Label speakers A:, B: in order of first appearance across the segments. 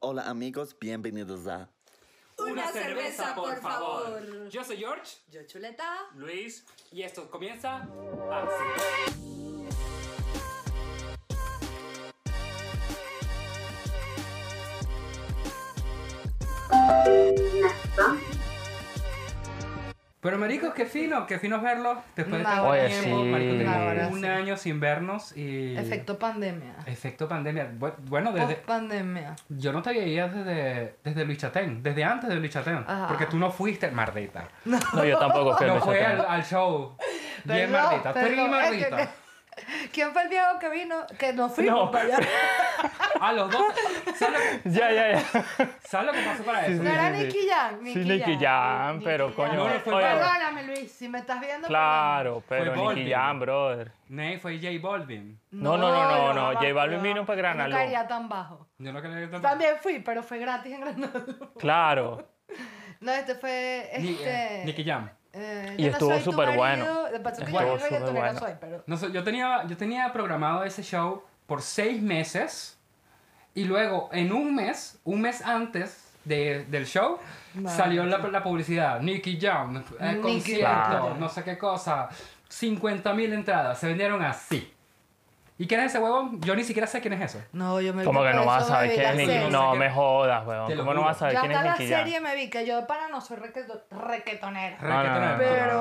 A: Hola amigos, bienvenidos a...
B: Una, cerveza, por favor.
C: Yo soy George,
B: Yo chuleta.
C: Luis, y esto comienza así. Pero maricos, qué fino, qué fino verlos después de tanto
D: Oye,
C: tiempo,
D: sí.
C: maricos, tenemos
D: Ahora
C: un
B: sí.
C: año sin vernos y...
B: Efecto pandemia.
C: Efecto pandemia. Bu- Bueno,
B: Post
C: desde...
D: Oh.
B: pandemia.
C: Yo no te veía desde, desde Luis Chatén, desde antes de Luis Chatén,
B: Ajá.
C: porque tú no fuiste mardita.
D: No, yo tampoco fui al
C: No fue
D: Luis
C: al,
D: Chatén.
C: al show. Bien
B: Perdón,
C: mardita, tú eres
B: perdón,
C: mardita.
B: es que- ¿Quién fue el viejo que vino? Que nos fuimos
D: No.
B: para allá.
C: A los dos. ¿Sabes lo que-
D: Ya, ya, ya.
C: sabes lo que pasó para eso?
B: No era
D: sí, sí.
B: Nicky Jam.
D: Sí, Nicky Jam, pero coño.
C: No, no fue
D: oye,
C: Bad.
B: Perdóname, Luis, si me estás viendo.
D: claro, pero
C: Volpi.
D: Nicky Jam, brother.
C: Ney fue J Balvin.
D: No, no, no, no, no. J
B: J
D: Balvin vino para Gran
B: No
D: Alum.
B: caía tan bajo.
C: Yo no quería tanto.
B: También fui, pero fue gratis en Granada.
D: Claro.
B: No, este fue.
C: Ni-
B: Este,
C: eh, Nicky Jam.
B: eh,
D: Y
B: yo no
D: estuvo
B: soy tu
D: súper bueno.
B: marido, De paso que
D: Estuvo
B: yo
D: súper
B: reggaetonero
D: bueno.
B: soy, pero.
C: No sé, yo tenía, yo tenía programado ese show por seis meses y luego en un mes, un mes antes de- del show,
B: Madre.
C: salió la, la publicidad. Nicky Jam, eh,
B: Nicky
C: concierto,
B: Jam.
C: no sé qué cosa. 50.000 entradas, se vendieron así. ¿Y quién es ese huevón? Yo ni siquiera sé quién es eso.
B: No, yo me
D: Como
B: vi
D: que
B: por
D: no
B: eso
D: vas a
B: me
D: saber
B: vi
D: quién
B: la
D: es Nicky
B: serie.
D: No,
C: Te lo
D: me jodas,
C: juro.
D: weón. ¿Cómo no vas a saber
B: Yo
D: quién
B: hasta
D: es
B: la
D: Nicky Jam?
B: serie me vi que yo para no soy requeto- requetonera.
D: No, no,
C: Reggaetonera.
D: no, no,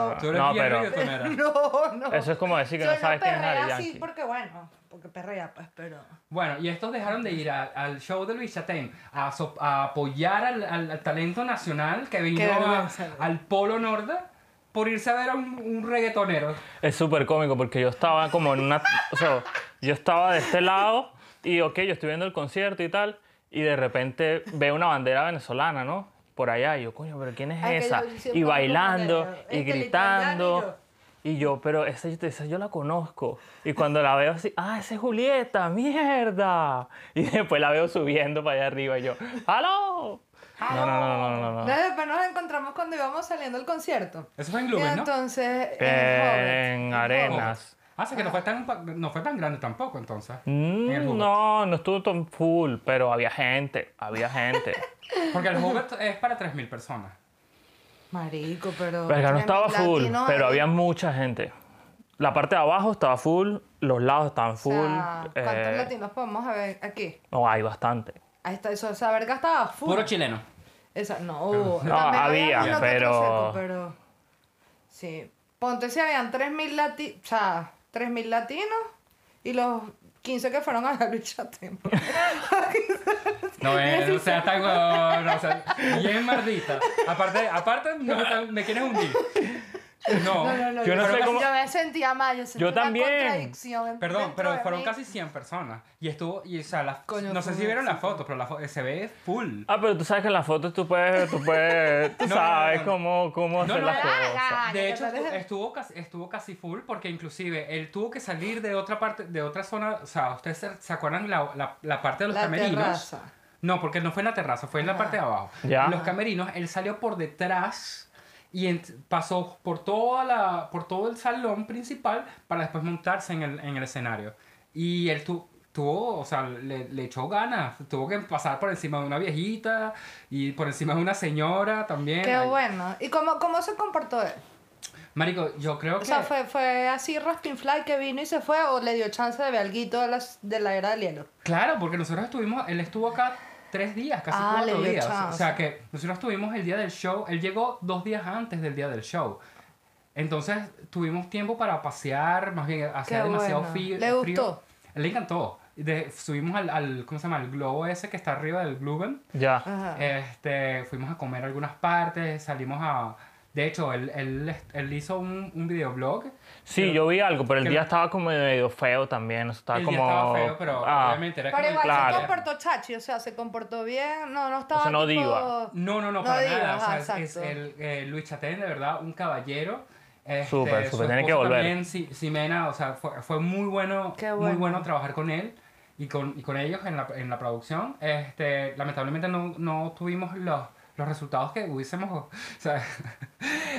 B: Pero-
C: Tú eres
D: no,
C: bien
D: pero-
C: reggaetonera.
B: No, no.
D: Eso es como decir que no
B: Yo
D: sabes quién es
B: perrea
D: Ari
B: Sí,
D: Yankee.
B: porque bueno, porque perrea pues, pero
C: Bueno, y estos dejaron de ir a- al show de Luis Chatén a, so- a apoyar al, al- al talento nacional que vino
B: Qué
C: a-
B: vergüenza.
C: al Polo Norte por irse a ver a un, un reggaetonero.
D: Es súper cómico porque yo estaba como en una... O sea, yo estaba de este lado y, ok, yo estoy viendo el concierto y tal, y de repente veo una bandera venezolana, ¿no? Por allá, y yo, coño, pero ¿quién es
B: Ay, que
D: esa?
B: yo siempre
D: Y
B: hablo con
D: bailando,
B: bandera.
D: y
B: Este, el
D: gritando.
B: italiano
D: Y yo, pero esa, esa yo la conozco. Y cuando la veo así, ah, esa es Julieta, mierda. Y después la veo subiendo para allá arriba y yo, ¡halo! No, no, no, no, no, no.
B: Entonces, después nos encontramos cuando íbamos saliendo del concierto.
C: Eso fue en
B: Y
C: Lumen, ¿no?
B: entonces en el Hobbit.
D: En arenas.
C: Ah, o sea que no fue, tan, pa- no fue tan grande tampoco entonces. en el
D: Mm,
C: Hubert.
D: No, no estuvo tan full, pero había gente, había gente.
C: Porque el Hubert es para 3.000 personas.
B: Marico, pero
D: Verga, no estaba
B: tremendo
D: full,
B: latino
D: pero
B: ahí.
D: había mucha gente. La parte de abajo estaba full, los lados estaban
B: O
D: full.
B: sea, ¿Cuántos
D: eh,
B: latinos podemos ver aquí?
D: no, hay bastante.
B: Ahí está, eso, esa verga estaba full.
C: Puro chileno.
B: Esa, no,
D: No,
B: también
D: había,
B: alguno que otro
D: pero-
B: seco, pero... Sí. Ponte si habían 3.000 latinos, o sea, 3.000 latinos y los 15 que fueron a la lucha tiempo.
C: No, eh, no sea tan huevón, no sea bien mardita. Aparte, aparte no, tan- me quieres hundir. No,
D: yo no
C: fueron
D: sé
C: casi-
D: cómo-
B: Yo me sentía mal, yo sentía
D: Yo
B: una
D: también.
B: contradicción en-
C: Perdón,
B: dentro
C: pero
B: de
C: fueron
B: mí.
C: casi 100 personas. Y estuvo, y, o sea, las-
B: Coño,
C: no sé
B: fue
C: si
B: un
C: vieron las
B: éxito.
C: fotos, pero la fo- se ve full.
D: Ah, pero tú sabes que en las fotos tú puedes, tú puedes, tú
C: No, no,
D: sabes
C: no, no.
D: cómo, cómo
C: No,
D: hacer
C: no,
D: las
C: no.
D: cosas.
B: Ah,
C: De
B: ya
C: hecho,
B: te
C: estuvo,
B: parece.
C: estuvo casi, estuvo casi full porque inclusive él tuvo que salir de otra parte, de otra zona. O sea, ustedes se, se acuerdan la, la- la parte de los
B: La
C: camerinos.
B: terraza.
C: No, porque no fue en la terraza, fue en la parte de abajo.
D: Ya.
C: En los camerinos, él salió por detrás y ent- pasó por, toda la, por todo el salón principal para después montarse en el, en el escenario. Y él tu- tuvo, o sea, le, le echó ganas. Tuvo que pasar por encima de una viejita y por encima de una señora también.
B: Qué
C: Ay,
B: bueno. ¿Y cómo, cómo se comportó él?
C: Marico, yo creo que...
B: O sea, fue, fue así Raspin Fly que vino y se fue o le dio chance de ver alguito de, las- de la era del hielo.
C: Claro, porque nosotros estuvimos, él estuvo acá tres días, casi
B: Ah,
C: cuatro
B: le dio
C: días.
B: chance.
C: O sea que nosotros estuvimos el día del show, él llegó dos días antes del día del show. Entonces tuvimos tiempo para pasear, más bien hacía
B: Qué
C: demasiado
B: bueno.
C: frío.
B: ¿Le gustó?
C: frío. Le encantó. De- subimos al, al, ¿cómo se llama? El globo ese que está arriba del Gluben.
D: Ya.
B: Ajá.
C: Este, fuimos a comer a algunas partes, salimos a... De hecho, él, él, él hizo un, un videoblog.
D: Sí, yo vi algo, pero el
C: que-
D: día estaba como medio feo también. o sea, Estaba
C: el
D: como...
C: día estaba feo, pero
D: Ah,
C: obviamente era como
B: Pero
C: el
B: igual
D: Claro.
B: se comportó chachi, o sea, se comportó bien, no, no estaba
D: O sea, no
B: tipo-
D: diva.
C: No, no, no,
B: No
C: para
B: digas,
C: nada.
B: ajá,
C: o sea, es- es el,
B: exacto.
C: eh, Luis Chatén, de verdad, un caballero. Este,
D: Súper,
C: su
D: súper, tiene que
C: esposa
D: volver.
C: También, Si- Simena, o sea, fue, fue muy, bueno,
B: Qué
C: muy
B: bueno.
C: bueno trabajar con él y con, y con ellos en la, en la producción. Este, lamentablemente no, no tuvimos los, los resultados que hubiésemos. O sea,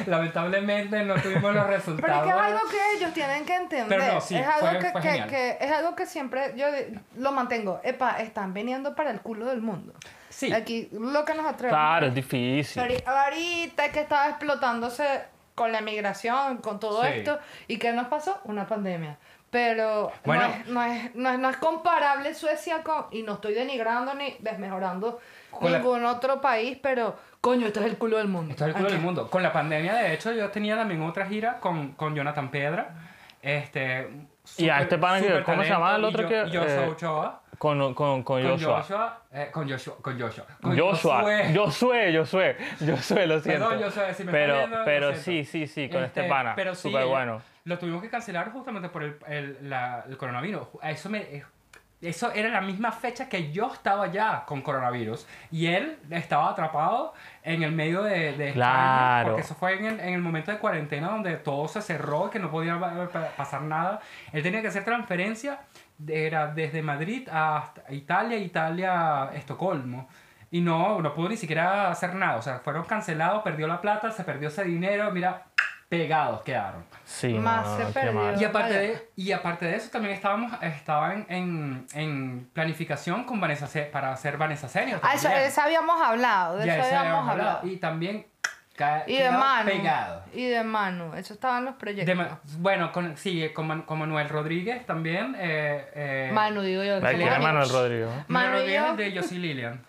C: lamentablemente no tuvimos los resultados.
B: Pero es que es algo que ellos tienen que entender.
C: Pero no, sí,
B: es, algo
C: fue-
B: que,
C: fue
B: que-
C: genial.
B: que- es algo que siempre yo de- lo mantengo. Epa, están viniendo para el culo del mundo.
C: Sí.
B: Aquí lo que nos atreve.
D: Claro, es difícil.
B: Ahori- Ahorita que estaba explotándose con la migración, con todo
C: Sí.
B: esto, ¿y qué nos pasó? Una pandemia. Pero
C: Bueno.
B: no, es, no, es, no, es, no es comparable Suecia con, y no estoy denigrando ni desmejorando
C: Con la-
B: ningún otro país, pero coño, esto es el culo del mundo.
C: Esto es el culo
B: Aquí.
C: del mundo. Con la pandemia, de hecho, yo tenía también otra gira con, con Jonathan Pedra. Este.
D: Y a
C: súper-
D: este pana que-
C: súper
D: ¿cómo se llamaba el
C: talento,
D: otro
C: y
D: que-
C: yo- y Joshua
D: eh,
C: Ochoa.
D: Con, con, con
C: Con
D: Joshua.
C: Joshua. eh, con Joshua. Con Joshua. Con
D: Joshua,
C: Josué.
D: Josué, Josué, Josué, lo siento.
C: Perdón, Josué, si me está
D: pero,
C: viendo, lo
D: pero
C: siento.
D: sí, sí, sí, con este,
C: Este,
D: pana,
C: Pero sí,
D: súper
C: eh,
D: bueno.
C: Lo tuvimos que cancelar justamente por el, el- la- el coronavirus. A Eso me. eh, Eso era la misma fecha que yo estaba ya con coronavirus y él estaba atrapado en el medio de, de España,
D: Claro.
C: porque eso fue en el, en el momento de cuarentena donde todo se cerró, que no podía va- pa- pasar nada. Él tenía que hacer transferencia, era desde Madrid hasta Italia, Italia, Estocolmo. Y no, no pudo ni siquiera hacer nada. O sea, fueron cancelados, perdió la plata, se perdió ese dinero. Mira, pegados quedaron.
D: Sí, no,
B: Más
D: no,
B: se
D: no, qué
B: perdió.
D: mal.
C: Y aparte,
B: Vale.
C: de, y aparte de eso, también estábamos estaba en, en, en planificación con Vanessa Ce- para hacer Vanessa Senior.
B: Ah, eso,
C: también.
B: eso habíamos hablado, de
C: Ya,
B: eso
C: eso
B: habíamos,
C: habíamos
B: hablado.
C: hablado. Y también ca-
B: Y de
C: quedó
B: Manu.
C: pegado.
B: Y de Manu, eso estaba en los proyectos.
C: De Ma- bueno, con, sí, con, Man- con Manuel Rodríguez también. Eh, eh,
B: Manu, digo yo.
D: Ay,
B: somos
D: ¿Quién es
B: amigos.
D: Manuel Rodrigo? ¿eh?
B: Manu
C: Manuel
B: y
C: Rodríguez
B: yo.
C: es de Josie Lillian.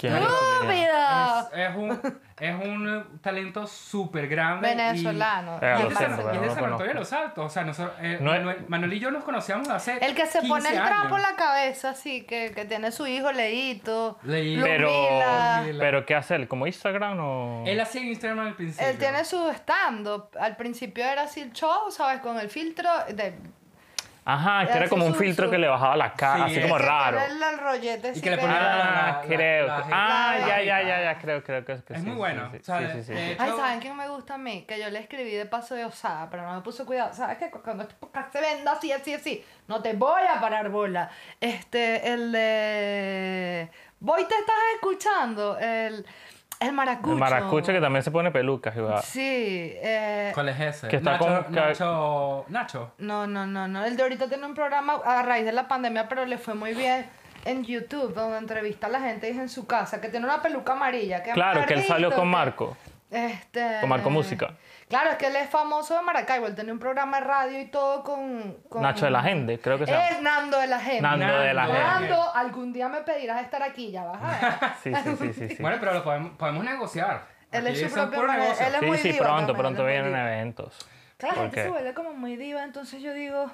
D: ¿Quién es Josué Liliana?
B: ¡Estúpida!
C: Es, es un, es un eh, talento súper grande. y-
B: Venezolano.
D: Eh,
C: Y es
D: lo
C: de
D: sé,
C: San- y
D: pero
C: es de
D: no
C: San
D: lo
C: Antonio
D: conozco.
C: de los Altos. O sea, nosotros, eh,
D: No es-
C: Manuel, Manuel y yo nos conocíamos hace.
B: El que se pone
C: 15
B: el trapo en
C: años.
B: la cabeza, así que, que tiene su hijo leíto.
C: Leíto.
D: Pero,
B: Lumila.
C: Lumila.
D: pero ¿qué hace él? ¿Como Instagram o...?
C: Él hacía Instagram al principio.
B: Él tiene su stand-up. Al principio era así el show, ¿sabes? Con el filtro. De,
D: Ajá, que
B: él
D: era
B: hace
D: como un
B: su-
D: filtro
B: su-
D: que le bajaba la cara,
C: Sí.
D: así como
B: que
D: raro.
B: tiene El, el rollete. así
C: que le
B: que-
C: ponía la-
D: Ah, creo.
C: la-
D: que-
C: la-
D: ah,
B: la-
D: ya,
C: la-
D: ya, ya, ya, creo, creo que que
C: Es
D: sí,
C: muy
D: sí,
C: bueno,
D: sí, sí,
C: ¿sabes?
D: sí, sí,
C: Eh,
D: sí.
B: Ay,
C: Chau.
B: ¿saben quién me gusta a mí? Que yo le escribí de paso de osada, pero no me puso cuidado. ¿Sabes que Cuando este podcast se venda así, así, así, no te voy a parar bola. Este, el de... Voy, te estás escuchando. El, el maracucho.
D: El maracucho que también se pone pelucas. igual.
B: Sí. Eh,
C: ¿Cuál es ese?
D: Que está
C: Nacho,
D: como-
C: Nacho. Nacho.
B: no, no, no, no. El de ahorita tiene un programa a raíz de la pandemia, pero le fue muy bien en YouTube, donde entrevista a la gente en su casa, que tiene una peluca amarilla. Que es
D: Claro, que él salió
B: Margarito,
D: con
B: que-
D: Marco.
B: Este...
D: Con Marco Música.
B: Claro, es que él es famoso de Maracaibo. Él tenía un programa de radio y todo con... con-
D: Nacho de la Gente, creo que se llama.
B: Es Nando de la Gente.
D: Nando de la
C: Nando.
D: Gente.
B: Nando, algún día me pedirás estar aquí, ya vas a ver.
D: Sí, sí, sí, sí. sí.
C: Bueno, pero lo podemos, podemos negociar.
B: Él es
C: Aquí
B: su
C: son
B: propio
C: puro
B: manager,
C: negocio.
B: él es- muy
D: sí, sí,
B: diva
D: pronto,
B: también,
D: pronto
B: es muy
D: vienen
B: diva.
D: eventos.
B: Claro, la gente
D: Porque-
B: se vuelve como muy diva, entonces yo digo...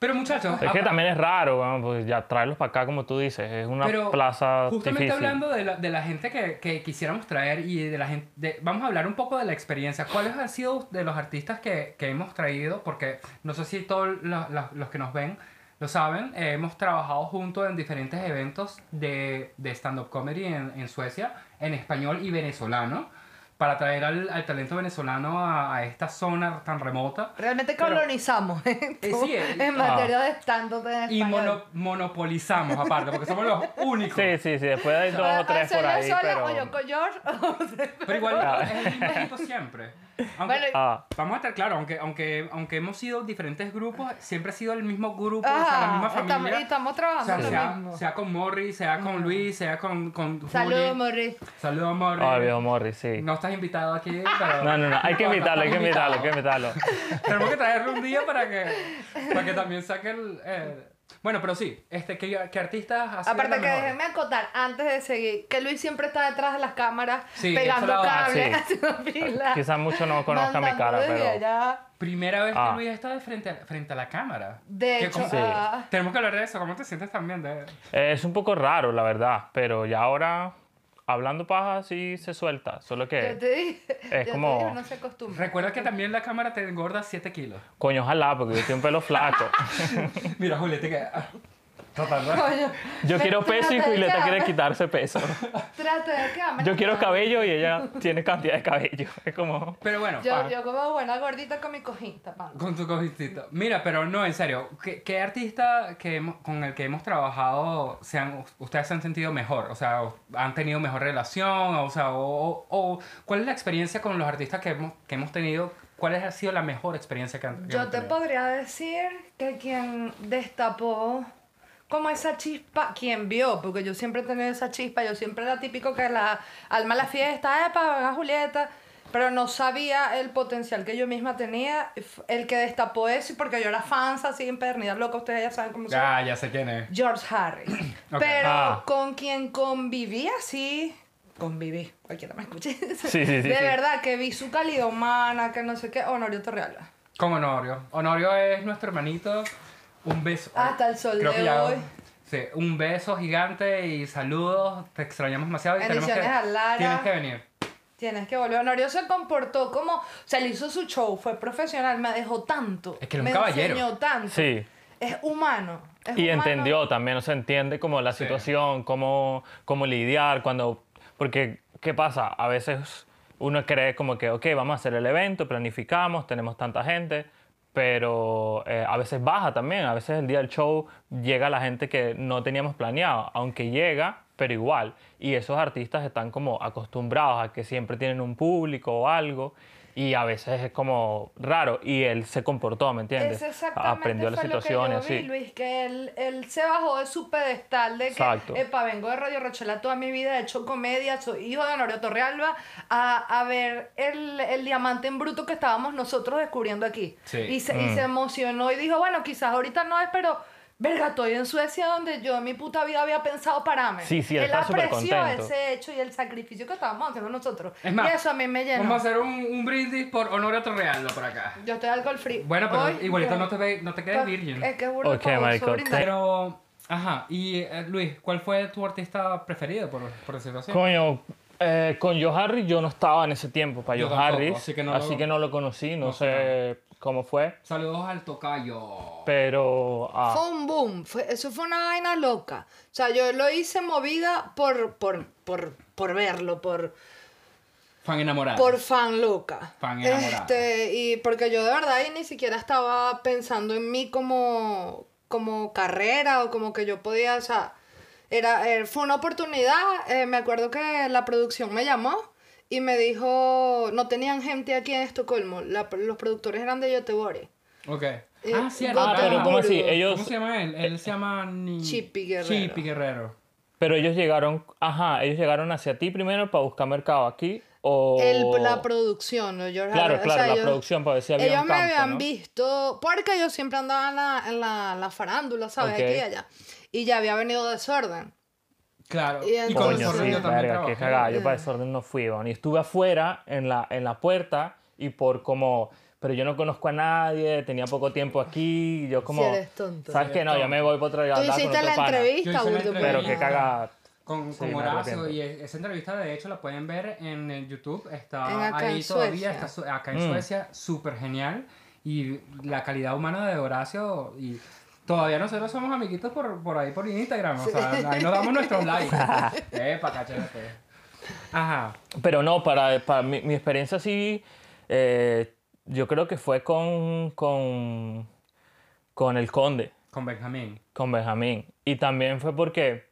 C: Pero muchachos.
D: Es que
C: ah,
D: también es raro, weón, pues ya traerlos para acá, como tú dices, es una
C: pero
D: plaza
C: justamente
D: difícil.
C: hablando de la, de la gente que, que quisiéramos traer y de la gente de- vamos a hablar un poco de la experiencia cuáles han sido de los artistas que, que hemos traído porque no sé si todos los, los- los que nos ven lo saben eh, hemos trabajado juntos en diferentes eventos de, de stand up comedy en, en Suecia en español y venezolano para traer al, al talento venezolano a, a esta zona tan remota
B: Realmente
C: Pero-
B: colonizamos
C: Eh, sí, eh,
B: en materia
D: Ah.
B: de stand-up en
C: y
B: español.
C: mono- monopolizamos aparte porque somos los únicos
D: Sí, sí, sí, después hay dos o
B: Ah,
D: tres
B: soy
D: por
B: yo
D: ahí,
B: sola,
D: pero...
B: O yo con George. o-
C: Pero igual es el mismo punto siempre. Aunque-
B: Bueno,
D: Ah,
C: vamos a estar claros, aunque, aunque, aunque hemos sido diferentes grupos, siempre ha sido el mismo grupo, o sea, la
B: Ajá,
C: misma
B: Ah, estamos, y
C: familia.
B: estamos
C: O sea,
B: trabajando lo
C: sea,
B: mismo.
C: sea con Morris, sea con Luis, sea con, con Juli.
B: Saludos, Morris.
C: Saludos, Morris.
D: oh, viejo Morris, sí. No,
C: No estás invitado aquí, pero...
D: no, no, hay que invitarlo, hay que
C: estás
D: invitarlo, hay
C: invitado.
D: que invitarlo.
C: Tenemos que traerlo un día para que, para que también saque el... el- Bueno, pero sí, este, ¿qué, qué artistas ha sido
B: Aparte
C: la
B: que
C: mejor?
B: déjenme acotar antes de seguir, que Luis siempre está detrás de las cámaras,
C: Sí, eso
B: pegando
C: lo- ah,
B: cables,
D: sí.
B: haciendo fila.
D: Quizás muchos no conozcan mi
B: mandando
D: cara,
B: desde
D: pero...
B: allá.
C: Primera vez
D: Ah.
C: que Luis está de frente a, frente a la cámara.
B: De
C: Que
B: hecho,
C: cómo-
D: Sí.
B: ah,
C: Tenemos que hablar de eso, ¿cómo te sientes también? De...
D: Eh, Es un poco raro, la verdad, pero ya ahora, hablando paja, sí se suelta, solo
B: yo
D: que...
B: te dije, yo te
D: como-
B: dije, no se acostumbra.
C: Recuerda que también la cámara te engorda 7 kilos.
D: Coño, ojalá, porque yo tengo un pelo flaco.
C: Mira, Julieta, que... ah, Total, ¿verdad?
B: Coño.
D: Yo
B: Me-
D: quiero peso y
B: trata de
D: Julieta
B: quedarme-
D: quiere quitarse peso.
B: Trata de quedarme.
D: Yo quiero
B: con-
D: cabello y ella tiene cantidad de cabello. Es como...
C: Pero bueno,
B: Yo,
D: pa.
B: yo como buena gordita con mi cojín tapando.
C: con tu cositita. Mira, pero no, en serio, ¿qué, qué artista que hemos- con el que hemos trabajado se han- ustedes se han sentido mejor? O sea, o- ¿han tenido mejor relación? O sea, o, o- ¿cuál es la experiencia con los artistas que hemos, que hemos tenido? ¿Cuál ha sido la mejor experiencia que han que
B: Yo
C: han
B: te
C: tenido?
B: podría decir que quien destapó como esa chispa, quien vio, porque yo siempre he tenido esa chispa, yo siempre era típico que la alma a la fiesta, epa, van a Julieta, pero no sabía el potencial que yo misma tenía, f- el que destapó eso, y porque yo era fans así empedernida, loca, ustedes ya saben cómo soy.
C: Ah, ya sé quién es.
B: George Harris. Pero
D: Ah.
B: con quien conviví así, conviví, cualquiera me escuche.
D: Sí, sí, sí,
B: De
D: sí.
B: verdad, que vi su calidad humana, que no sé qué, Honorio Torreal.
C: Con Honorio. Honorio es nuestro hermanito. Un beso.
B: Ah, Hasta el sol de
C: ya-
B: hoy.
C: Sí, un beso gigante y saludos. Te extrañamos demasiado. Y tenemos que,
B: Bendiciones a Lara.
C: Tienes que venir.
B: Tienes que volver. Honorio se comportó como, o sea, le hizo su show, fue profesional, me dejó tanto.
C: Es que era un
B: me
C: caballero.
B: enseñó tanto.
D: Sí.
B: Es humano. es
D: Y
B: humano.
D: entendió también, o sea, entiende como la
C: Sí.
D: situación, cómo, cómo lidiar, cuando... Porque, ¿qué pasa? A veces uno cree como que, ok, vamos a hacer el evento, planificamos, tenemos tanta gente, pero eh, a veces baja también, a veces el día del show llega la gente que no teníamos planeado, aunque llega, pero igual. Y esos artistas están como acostumbrados a que siempre tienen un público o algo. Y a veces es como raro. Y él se comportó, ¿me entiendes?
B: Eso exactamente
D: Aprendió la
B: fue
D: situación
B: lo que
D: y
B: yo
D: así.
B: vi, Luis, que él, él se bajó de su pedestal de
D: Exacto.
B: que, epa, vengo de Radio Rochela toda mi vida, he hecho comedia, soy hijo de Honorio Torrealba, a, a ver el, el diamante en bruto que estábamos nosotros descubriendo aquí.
C: Sí.
B: Y, se,
D: Mm.
B: y se emocionó y dijo, bueno, quizás ahorita no es, pero... Verga, estoy en Suecia donde yo en mi puta vida había pensado pararme.
D: Sí, sí, él
B: él
D: estaba
B: apreció
D: supercontento.
B: ese hecho y el sacrificio que estábamos haciendo nosotros.
C: Es más,
B: y eso a mí me
C: Vamos a
B: llenó.
C: hacer un, un brindis por Honorio Torrealdo por acá.
B: Yo estoy alcohol free.
C: Bueno, pero
B: Hoy,
C: igualito
B: yo-
C: no te, ve- no te quedes virgen.
B: Es que es burda
D: Ok,
B: para vos,
D: marico,
B: sobrina.
C: Pero, ajá. Y eh, Luis, ¿cuál fue tu artista preferido, por, por decirlo así?
D: Coño, eh, con Joe Harris yo no estaba en ese tiempo para
C: Yo
D: Joe
C: tampoco,
D: Harris,
C: así que no lo-
D: lo conocí, no,
C: no sé
D: sé cómo fue,
C: Saludos al tocayo.
D: pero... ah,
B: Fue un boom, fue- eso fue una vaina loca. O sea, yo lo hice movida por, por, por, por verlo, por,
C: Fan enamorado.
B: por fan loca.
C: Fan enamorada.
B: Este, y porque yo de verdad ahí ni siquiera estaba pensando en mí como, como carrera o como que yo podía, o sea, era, eh, fue una oportunidad. eh, me acuerdo que la producción me llamó y me dijo, no tenían gente aquí en Estocolmo, la- los productores eran de Göteborg.
C: Ok.
B: Eh,
C: ah, cierto.
D: ah, pero
C: ¿verdad?
B: Gotemburgo.
D: ¿cómo así?
C: ¿Cómo
D: Ellos,
C: se llama él? Él se llama... Ni...
B: Chippy Guerrero.
C: Chippy Guerrero.
D: pero ellos llegaron, ajá, ellos llegaron hacia ti primero para buscar mercado aquí o...
B: El- la producción, ¿no? Yo-
D: Claro,
B: o
D: claro,
B: sea,
D: la
B: yo-
D: producción para ver si había
B: ellos
D: un
B: me
D: campo,
B: habían
D: ¿no?
B: visto, porque yo siempre andaba en la, en la, la farándula, ¿sabes? Aquí y
D: Ok.
B: allá. Y ya había venido desorden.
C: Claro.
B: Y
C: Y con
D: Coño,
C: el
B: entonces-
D: sí,
C: Zorrillo también
D: verga, qué
C: trabajó.
D: cagada. Yo para desorden no fui, weón. Y estuve afuera, en la, en la puerta, y por como... Pero yo no conozco a nadie, tenía poco tiempo aquí, y yo como...
B: eres tonto.
D: ¿Sabes
C: Sí, eres
D: qué? No, yo
C: tonto. Ah.
D: me voy para otra
B: Tú
D: hablar con
B: hiciste
D: otro
B: la
D: pana.
C: Yo
B: entrevista,
C: hice la
B: burdo,
D: Pero
C: entrevista.
D: qué
B: nada.
D: cagada.
C: Con,
D: Sí,
C: con
D: me
C: Horacio,
D: arrepiento.
C: y e- esa entrevista de hecho la pueden ver en el YouTube, está
B: En acá
C: ahí
B: en
C: todavía,
B: Suecia.
C: está su- acá en Suecia, súper genial, y la calidad humana de Horacio, y todavía nosotros somos amiguitos por, por ahí por Instagram, o sea, ahí nos damos nuestros likes, epa, cachete. Ajá,
D: Pero no, para, para mi, mi experiencia sí, eh, yo creo que fue con, con, con el conde,
C: con Benjamín,
D: con Benjamín. Y también fue porque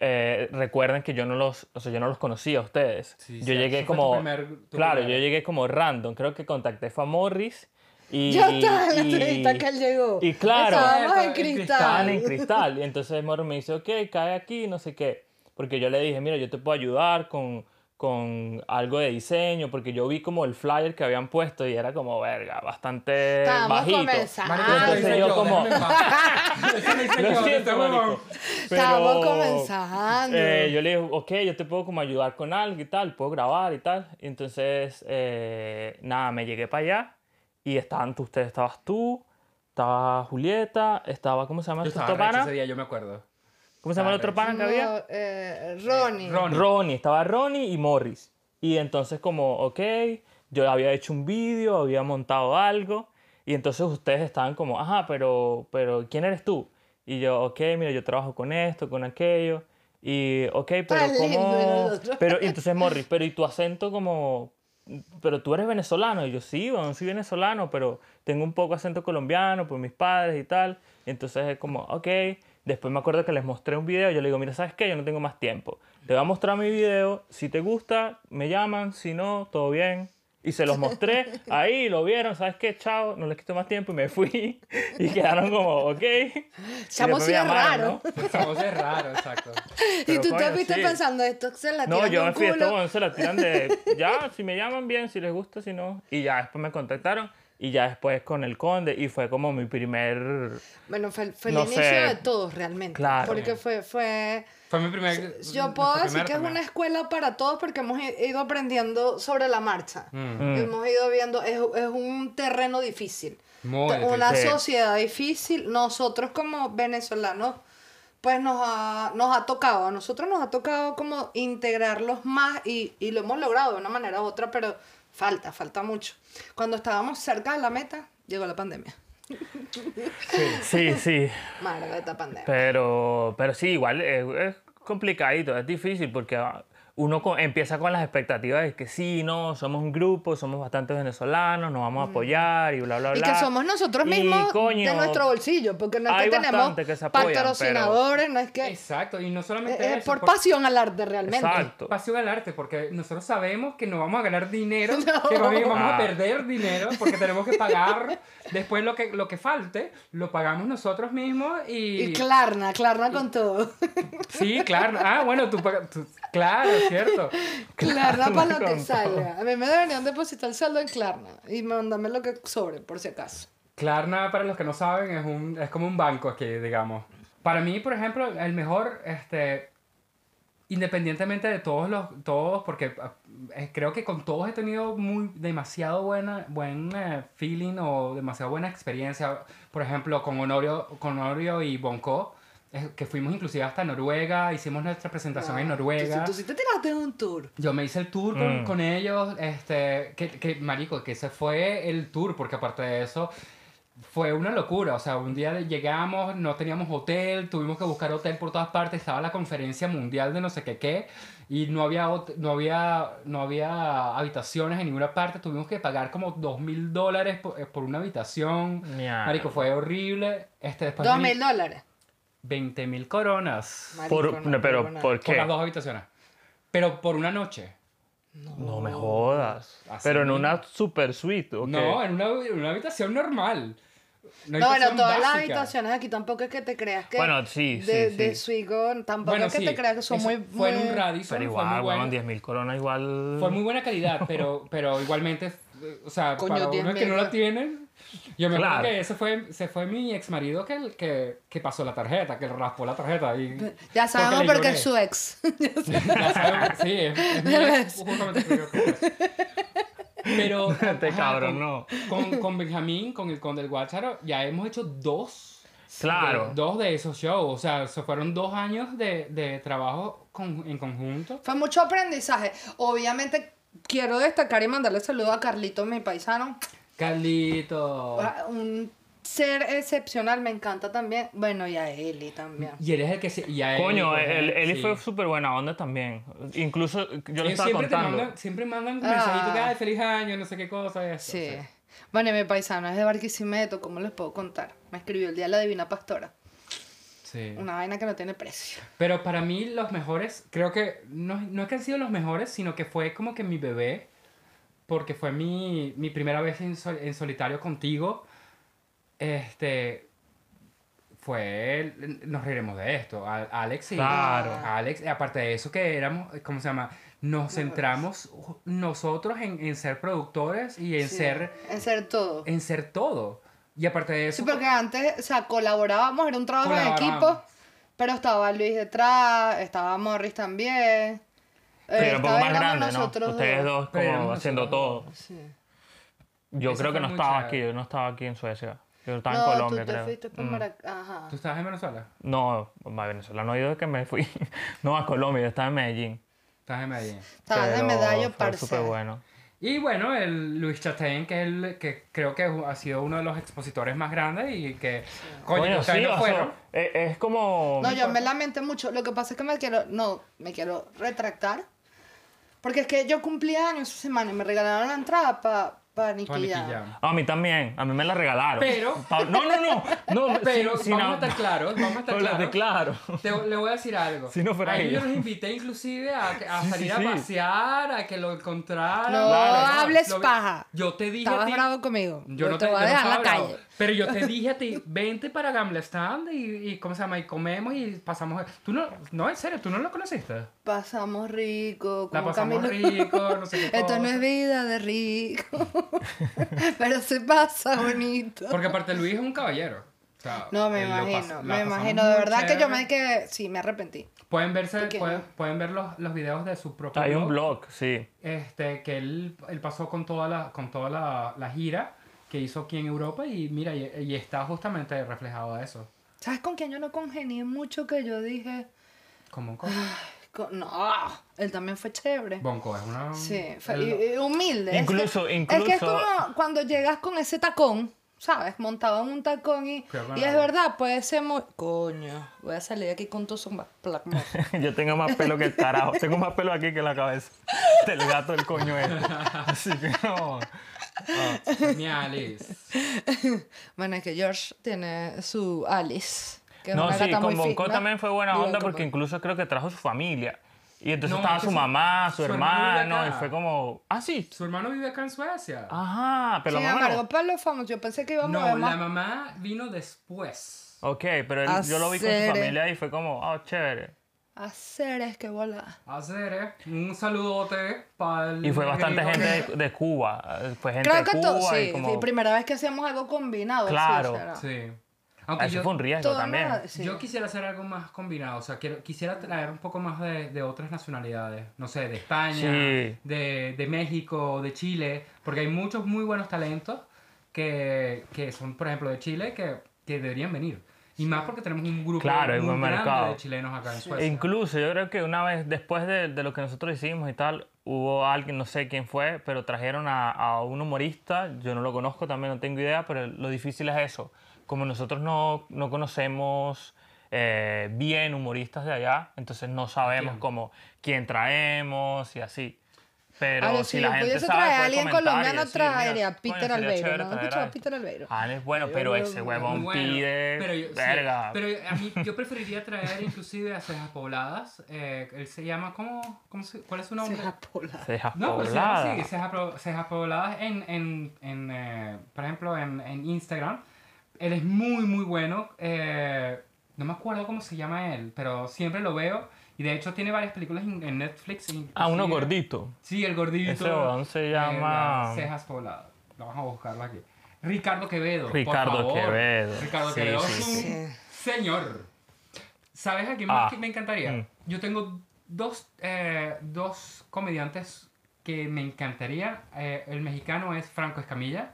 D: eh, recuerden que yo no los, o sea, yo no los conocía a ustedes.
C: Sí,
D: yo
C: sí,
D: llegué
C: ese fue tu
D: como,
C: primer- tu
D: claro,
C: primera.
D: yo llegué como random. Creo que contacté fue a Morris y
B: Yo estaba en la
D: y-
B: entrevista que él llegó.
D: y claro.
B: Estábamos en
C: En
B: cristal.
D: estaban en cristal. Y entonces Moro me dice, ok, cae aquí, no sé qué. Porque yo le dije, mira, yo te puedo ayudar con, con algo de diseño, porque yo vi como el flyer que habían puesto y era como, verga, bastante
B: Estábamos
D: bajito.
B: comenzando.
C: Marico,
B: Ah,
C: eso lo hice
D: entonces yo como-
C: déjame en paz. Eso lo hice
D: Lo
C: yo,
D: siento,
C: este
D: marico.
C: huevón.
D: Pero,
B: Estábamos comenzando.
D: eh, yo le dije, ok, yo te puedo como ayudar con algo y tal, puedo grabar y tal. Y entonces, eh, nada, me llegué para allá y estaban tú- ustedes, estabas tú, estaba Julieta, estaba, ¿cómo se llama
C: Yo
D: el
C: estaba
D: otro
C: arrecho
D: pana?
C: ese día, yo me acuerdo.
D: ¿Cómo se llama el otro
C: Estaba
D: pana que había?
B: No, eh, Ronnie.
C: Ronnie.
D: Ronnie, estaba Ronnie y Morris. Y entonces como, ok, yo había hecho un vídeo, había montado algo, y entonces ustedes estaban como, ajá, pero, pero ¿quién eres tú? Y yo, ok, mira, yo trabajo con esto, con aquello. Y, ok, pero
E: Tan lindo era
D: ¿cómo...?
E: Ah, el otro.
D: Pero, y entonces Morris, pero ¿y tu acento como...? Pero tú eres venezolano. Y yo, sí, bueno, soy venezolano, pero tengo un poco acento colombiano por mis padres y tal. Y entonces es como, ok. Después me acuerdo que les mostré un video. Yo le digo, mira, ¿sabes qué? Yo no tengo más tiempo. Te voy a mostrar mi video. Si te gusta, me llaman. Si no, todo bien. Y se los mostré. Ahí lo vieron. ¿Sabes qué? Chao. No les quito más tiempo. Y me fui. Y quedaron como, ok.
B: Chamo,
D: Estamos
B: sí es raro.
C: Estamos es raro, exacto.
B: Y
D: Pero
B: tú te
D: coño,
B: fuiste
D: sí.
B: pensando, esto se la
D: No,
B: tiran de
D: yo
B: un
D: en fiesta,
B: culo.
D: bueno, se la tiran de. Ya, si me llaman bien, si les gusta, si no. Y ya después me contactaron. Y ya después con el conde. Y fue como mi primer.
B: Bueno, fue, fue el
D: No
B: inicio
D: sé.
B: de todos realmente.
D: Claro.
B: Porque fue, fue...
C: Fue mi primer.
B: Yo
C: nuestra
B: puedo decir
C: Pues, primera
B: que es una
C: reunión.
B: escuela para todos porque hemos i- ido aprendiendo sobre la marcha.
D: Mm.
B: Hemos ido viendo, es, es un terreno difícil.
C: Muy
B: T-
C: difícil.
B: Una
D: Sí.
B: sociedad difícil. Nosotros como venezolanos, pues nos ha, nos ha tocado, a nosotros nos ha tocado como integrarlos más y, y lo hemos logrado de una manera u otra, pero falta, falta mucho. Cuando estábamos cerca de la meta, llegó la pandemia.
D: Sí, sí.
B: Maldita pandemia.
D: Pero, pero sí, igual es, es complicadito, es difícil porque ah, uno co- empieza con las expectativas de que sí, no, somos un grupo, somos bastantes venezolanos, nos vamos a apoyar y bla, bla, bla.
B: Y Mm. que somos nosotros
D: Y,
B: mismos de
D: coño,
B: nuestro bolsillo, porque no es
D: hay
B: que tenemos
D: bastante que se apoyan, pero-
B: patrocinadores, no es que... Es,
C: Exacto, y no solamente
B: es
C: eso.
B: Eh, por
C: por-
B: pasión al arte realmente.
D: Exacto.
C: Pasión al arte, porque nosotros sabemos que no vamos a ganar dinero,
B: No.
C: que más bien vamos a
D: Ah.
C: perder dinero, porque tenemos que pagar después lo que, lo que falte, lo pagamos nosotros mismos y...
B: Y Klarna, Klarna con todo.
C: Sí, claro. Ah, bueno, tú, pagas- tú- Claro, cierto.
B: Klarna para lo que
D: con
B: salga. A mí me deberían depositar el saldo en Klarna y mandarme lo que sobre, por si acaso.
C: Klarna, para los que no saben, es, un, es como un banco aquí, digamos. Para mí, por ejemplo, el mejor, este, independientemente de todos los, todos, porque ah, eh, creo que con todos he tenido muy, demasiado buena, buen eh, feeling o demasiado buena experiencia. Por ejemplo, con Honorio, con Honorio y Bonco, eh, que fuimos inclusive hasta Noruega, hicimos nuestra presentación en
B: Ah,
C: Noruega.
B: Tú, tú sí te tiraste de un tour.
C: Yo me hice el tour con,
D: Mm.
C: con ellos, este, que, que, marico, que se fue el tour, porque aparte de eso, fue una locura, o sea, un día llegamos, no teníamos hotel, tuvimos que buscar hotel por todas partes, estaba la conferencia mundial de no sé qué qué, y no había, hot- no había, no había habitaciones en ninguna parte, tuvimos que pagar como dos mil dólares por eh, por una habitación,
D: Mierda.
C: marico, fue horrible, este, después
B: Dos mil dólares.
C: 20 mil coronas
B: Marico,
D: Por-
B: no,
D: pero,
B: marico, no.
D: ¿por
C: por
D: qué?
C: las dos habitaciones, pero por una noche.
D: No me jodas.
C: Así
D: Pero en
C: mismo.
D: una super suite, ¿o qué?
C: No, en una, en una habitación normal. Una
B: No, bueno,
C: habitación
B: todas las
C: básica.
B: habitaciones aquí tampoco es que te creas que.
D: Bueno, sí, sí,
B: De,
D: sí.
B: de Swigon, tampoco
C: Bueno,
B: es que
C: sí,
B: te creas que son
C: eso
B: muy.
C: Fue en
B: muy-
C: un Radisson,
D: Pero
C: fue, muy
D: igual,
C: buena,
D: bueno, 10.000 coronas igual.
C: fue muy buena calidad, pero, pero igualmente, o sea,
B: Coño,
C: para
B: 10.000
C: unos que no la tienen... Yo me
D: Claro.
C: acuerdo que ese fue, se fue mi ex marido que, el- que, que pasó la tarjeta, que raspó la tarjeta. Y,
B: Ya sabemos por qué es
C: es
B: su ex.
C: Ya sabemos, sí, es, es mi ex, justamente creo que es. Pero.
D: Este cabrón,
C: con,
D: no.
C: Con, con Benjamín, con el Conde del Guácharo, ya hemos hecho dos.
D: Claro.
C: de- dos de esos shows. O sea, se fueron dos años de, de trabajo con- en conjunto.
B: Fue mucho aprendizaje. Obviamente, quiero destacar y mandarle saludo a Carlito, mi paisano.
C: Carlito.
B: Un ser excepcional, me encanta también. Bueno, y a Eli también.
C: Y él es el que se. y a él,
D: Coño,
C: por
D: él,
C: ejemplo,
D: él
C: sí.
D: fue súper buena onda también. Incluso yo le
C: Ellos
D: estaba
C: siempre, te
D: contando.
C: mandan, siempre mandan
B: Ah.
C: mensajitos que, "Ay, feliz año, no sé qué cosa. eso,
B: Sí.
C: o sea.
B: Bueno, y mi paisano es de Barquisimeto, ¿cómo les puedo contar? Me escribió el día de la Divina Pastora.
C: Sí.
B: Una vaina que no tiene precio.
C: Pero para mí los mejores, creo que no, no es que han sido los mejores, sino que fue como que mi bebé, porque fue mi, mi primera vez en, sol- en solitario contigo. Este fue el- nos reiremos de esto. A- Alex y
D: Claro.
C: Alex, y aparte de eso que éramos, ¿cómo se llama? Nos centramos ju- nosotros en, en ser productores y en
B: Sí.
C: ser
B: En ser todo.
C: en ser todo. Y aparte de
B: Sí,
C: eso,
B: porque antes, o sea, colaborábamos, era un trabajo en
C: Colaborábamos.
B: equipo, pero estaba Luis detrás, estaba Morris también.
D: Pero
B: eh,
D: era un poco
B: estaba-
D: más
B: éramos
D: grande, ¿no?
B: nosotros
D: Ustedes dos
C: Pero
D: como
C: éramos
D: haciendo
C: nosotros
D: todo.
B: Sí.
D: Yo
C: Eso
D: creo que
C: fue
D: no
C: muy
D: estaba
C: chévere.
D: aquí, yo no estaba aquí en Suecia. Yo estaba
B: no,
D: en Colombia,
B: tú te
D: creo.
B: fuiste para
D: Mm.
B: Maracay. Ajá.
C: ¿tú estabas en Venezuela?
D: No, a Venezuela no he ido desde que me fui. No, a Colombia, yo estaba en Medellín.
C: Estabas en Medellín.
B: Estabas de
D: Pero
B: medallo,
D: fue
B: parce.
D: súper bueno.
C: Y bueno, el Luis Chatein, que, es el, que creo que ha sido uno de los expositores más grandes y que, coño, que ustedes
D: sí,
C: no
D: o sea,
C: fueron.
D: es, es como...
B: No, yo me lamento mucho. Lo que pasa es que me quiero, no, me quiero retractar. Porque es que yo cumplí años esa semana y me regalaron la entrada para pa Nicky
C: Nicky
B: Jam.
C: Jam.
D: A mí también, a mí me la regalaron.
C: Pero-
D: Pa- No, no, no. no
C: Pero
D: sin- sin
C: vamos a
D: ab-
C: estar claros, vamos a estar
D: Háblate
C: claros.
D: claro.
C: Te- le voy a decir algo.
D: Si no fuera
C: a ellos
D: ella.
C: yo los invité inclusive a, que- a
D: Sí, sí,
C: salir
D: sí.
C: a pasear, a que lo encontraran.
B: No
D: Claro,
B: hables
C: Lo vi-
B: paja.
C: Yo te dije a
B: Estabas
C: ti-
B: bravo conmigo.
C: Yo no
B: te, voy a
C: yo no
B: dejar la
C: estaba bravo,
B: calle.
C: Pero yo te dije a ti, vente para Gamla Stand y, y ¿cómo se llama? Y comemos y pasamos. Tú no, no, en serio, tú no lo conociste.
B: Pasamos rico.
C: La
B: con
C: pasamos
B: Camilo.
C: rico, no sé qué.
B: Esto no
C: cosa.
B: es vida de rico. Pero se pasa bonito.
C: Porque aparte Luis es un caballero. O sea,
B: No, me
C: él lo pas-
B: imagino,
C: la
B: me
C: pasamos
B: imagino.
C: muy
B: De verdad que yo
C: chévere.
B: me que Sí, me arrepentí.
C: Pueden verse,
B: Pequeño.
C: pueden, pueden ver los, los videos de su propio
D: Hay un blog, sí.
C: Este, que él, él pasó con toda la, con toda la, la gira que hizo aquí en Europa y mira, y, y está justamente reflejado eso.
B: ¿Sabes con quién yo no congenié mucho que yo dije?
C: Como un co-
B: Ah. con- No, él también fue chévere.
C: Bonco, es una...
B: Sí, fue-
C: él-
B: y- y humilde. es que-
D: Incluso-
B: Es que es
D: incluso-
B: como cuando llegas con ese tacón, ¿sabes? Montado en un tacón y,
C: Qué raro.
B: y es verdad, puede ser muy... Coño, voy a salir aquí con tu zumba. plac, no.
D: Yo tengo más pelo que el carajo. Tengo más pelo aquí que en la cabeza. Del gato del coño este. Así que no.
C: Ah, mi Alice.
B: bueno, es que George tiene su Alice. Que es
D: No,
B: una
D: sí,
B: gata muy
D: con Bonco
B: fina.
D: también fue buena
B: Digo,
D: onda
B: como-
D: porque incluso creo que trajo su familia. Y entonces
C: No,
D: estaba
C: es que
D: su
C: su-
D: mamá, su,
C: su hermano vive
D: hermano, y
C: acá.
D: fue como, ah, sí.
C: Su hermano vive acá en Suecia.
B: Ah,
D: Ajá, pero
B: Sin
D: la mamá no.
B: embargo, para los famosos, yo pensé que íbamos a
C: no,
B: ver
C: la
B: más...
C: mamá vino después.
D: Ok, pero él- yo lo vi con su
B: Hacer-
D: familia y fue como, oh, chévere.
B: Hacer es que bola.
C: Hacer eh, un saludote para el...
D: Y fue bastante
C: gringo.
D: gente de, de Cuba. eh, Fue gente
B: Creo
D: de
B: que
D: Cuba
B: todo, sí,
D: y como...
B: sí, primera vez que hacíamos algo combinado. sí,
D: Claro,
B: o sea, era-
C: Sí.
D: Ah,
C: Aunque
D: Eso
C: yo,
D: fue un riesgo
B: todo
D: también.
B: nada, sí.
C: yo quisiera hacer algo más combinado, o sea, quiero, quisiera traer un poco más de, de otras nacionalidades, no sé, de España,
D: Sí.
C: de, de México, de Chile, porque hay muchos muy buenos talentos que, que son, por ejemplo, de Chile que, que deberían venir. Y más porque tenemos un grupo
D: Claro, hay
C: muy
D: buen
C: grande
D: mercado.
C: de chilenos acá en
D: E
B: Pues,
C: Suecia.
D: incluso yo creo que una vez después de, de lo que nosotros hicimos y tal, hubo alguien, no sé quién fue, pero trajeron a, a un humorista, yo no lo conozco, también no tengo idea, pero lo difícil es eso. Como nosotros no, no conocemos eh, bien humoristas de allá, entonces no sabemos como quién traemos y así. Pero
B: Ahora,
D: si
B: si
D: la
B: yo
D: gente
B: pudiese
D: sabe,
B: traer pues a
D: puede
B: alguien
D: comentar y
B: colombiano,
D: decir, mira,
B: traería a
D: coño,
B: Peter
D: sería
B: Albeiro,
D: chévere
B: ¿no?
D: traer a
B: ¿Escuchado a
D: este.
B: Peter Albeiro?
D: Ah, él es bueno, pero ese huevón
C: Bueno,
D: pide...
C: pero yo, sí,
D: verga.
C: pero a mí, yo preferiría traer inclusive a Cejas Pobladas. eh, él se llama, ¿cómo, cómo se- ¿cuál es su nombre?
B: Se japola.
D: Se deja
C: No, pero se llama
D: poblada.
C: así, cejas, pro- cejas pobladas en, en, en eh, por ejemplo, en, en Instagram. Él es muy, muy bueno. eh, no me acuerdo cómo se llama él, pero siempre lo veo. Y de hecho tiene varias películas en, en Netflix.
D: Ah, uno
C: inclusive.
D: gordito.
C: Sí, el gordito.
D: Ese huevón se llama-
C: Eh, cejas pobladas. Vamos a buscarlo aquí. Ricardo Quevedo. por
D: Ricardo
C: favor.
D: Quevedo.
C: Ricardo
D: Sí,
C: Quevedo.
D: sí,
C: es
D: sí.
C: un Señor. ¿Sabes a quién más
D: Ah.
C: que me encantaría?
D: Mm.
C: Yo tengo dos, eh, dos comediantes que me encantaría. Eh, el mexicano es Franco Escamilla.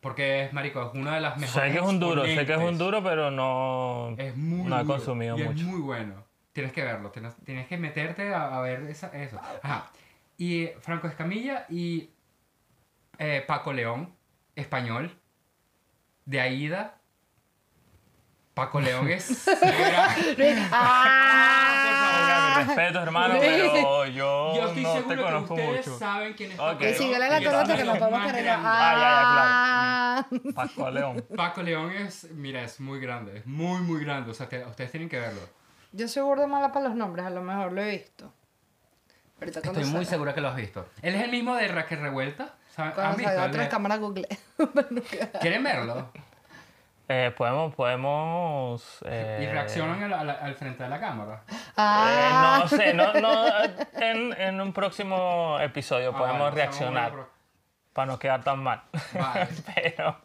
C: Porque es marico, es una de las mejores.
D: Sé que es un duro, sé que es un
C: exponentes.
D: duro, pero no,
C: Es muy
D: no he
C: duro
D: consumido
C: y
D: mucho.
C: Es muy bueno. Tienes que verlo, tienes, tienes que meterte a, a ver esa- eso. Ajá. Y eh, Franco Escamilla y eh, Paco León, español, de Aida. Paco León es.
D: Ah, Oiga, mi respeto, hermano, pero yo,
C: Yo estoy
D: no te
C: seguro que
D: conozco
C: ustedes
D: mucho.
C: saben quién es
D: Ok.
C: Paco
B: Y
C: León.
D: Sí,
B: síguele
D: Pero-
B: la corriente que
C: Yo
B: nos podemos
C: más
B: cargar.
C: grande.
D: Ah,
B: Ah,
D: Paco León.
C: Paco León es, mira, es muy grande, es muy, muy grande. O sea, te- ustedes tienen que verlo.
D: Mm.
B: Yo soy gordo mala para los nombres, a lo mejor lo he visto. Ahorita cuando
C: Estoy muy
B: salga-
C: segura que lo has visto. Él es el mismo de Raquel Revuelta. ¿Saben? ¿Han
B: Cuando
C: visto?
B: salga
C: El
B: otra
C: de-
B: cámara, google.
C: ¿Quieren verlo?
D: Eh, podemos, podemos... eh,
C: Y reaccionan al, al- al frente de la cámara.
D: eh,
B: Ah,
D: no sé, no, no, en, en un próximo episodio
C: Ah,
D: podemos
C: bueno,
D: reaccionar
C: estamos
D: para no quedar tan mal.
C: en otro- Vale.
D: pero.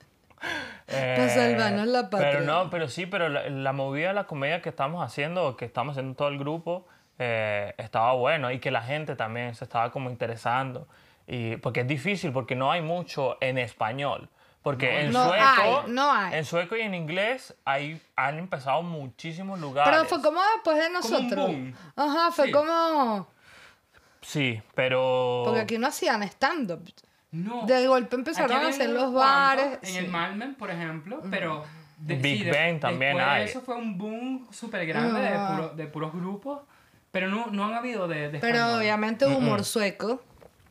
D: eh,
B: salvarnos la patria.
D: Pero no, pero sí, pero la, la movida de la comedia que estamos haciendo, que estamos haciendo todo el grupo, eh, estaba bueno y que la gente también se estaba como interesando. Y, porque es difícil, porque no hay mucho en español. Porque en
B: No
D: sueco.
B: hay, no hay.
D: En sueco y en inglés hay, han empezado muchísimos lugares.
B: pero fue como después de
C: Como un
B: nosotros.
C: boom.
B: Ajá, fue
C: Sí.
B: como.
D: Sí, pero...
B: Porque aquí no hacían stand-up.
F: No.
B: De golpe empezaron
F: Aquí
B: a
F: había
B: hacer
F: unos
B: los
F: cuantos,
B: bares.
F: En
B: sí. Mm.
F: el Malmen, por ejemplo, pero. de-
D: Big
F: de-
D: Bang también
F: después de
D: hay.
F: Eso fue un boom súper grande de,
B: Ah.
F: puro- de puros grupos, pero no, no han habido de. de
B: Pero
F: español.
B: obviamente humor sueco.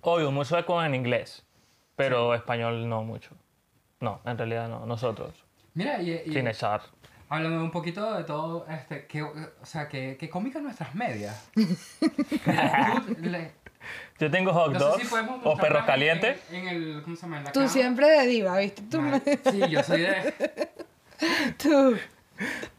D: Obvio, muy sueco en inglés, pero español no mucho. No, en realidad no, nosotros.
F: Mira, y, y-
D: Sin echar.
F: hablando un poquito de todo, este, que, o sea, que, que cómicas nuestras medias. Tú le-
D: Yo tengo hot
F: no
D: dogs
F: sé si podemos
D: o perros
F: mostrarlas
D: calientes.
F: En, en el, ¿Cómo se llama? En la
B: Tú
F: cama.
B: siempre de diva, ¿viste? Tú,
F: Vale. Sí, yo soy de.
B: tú.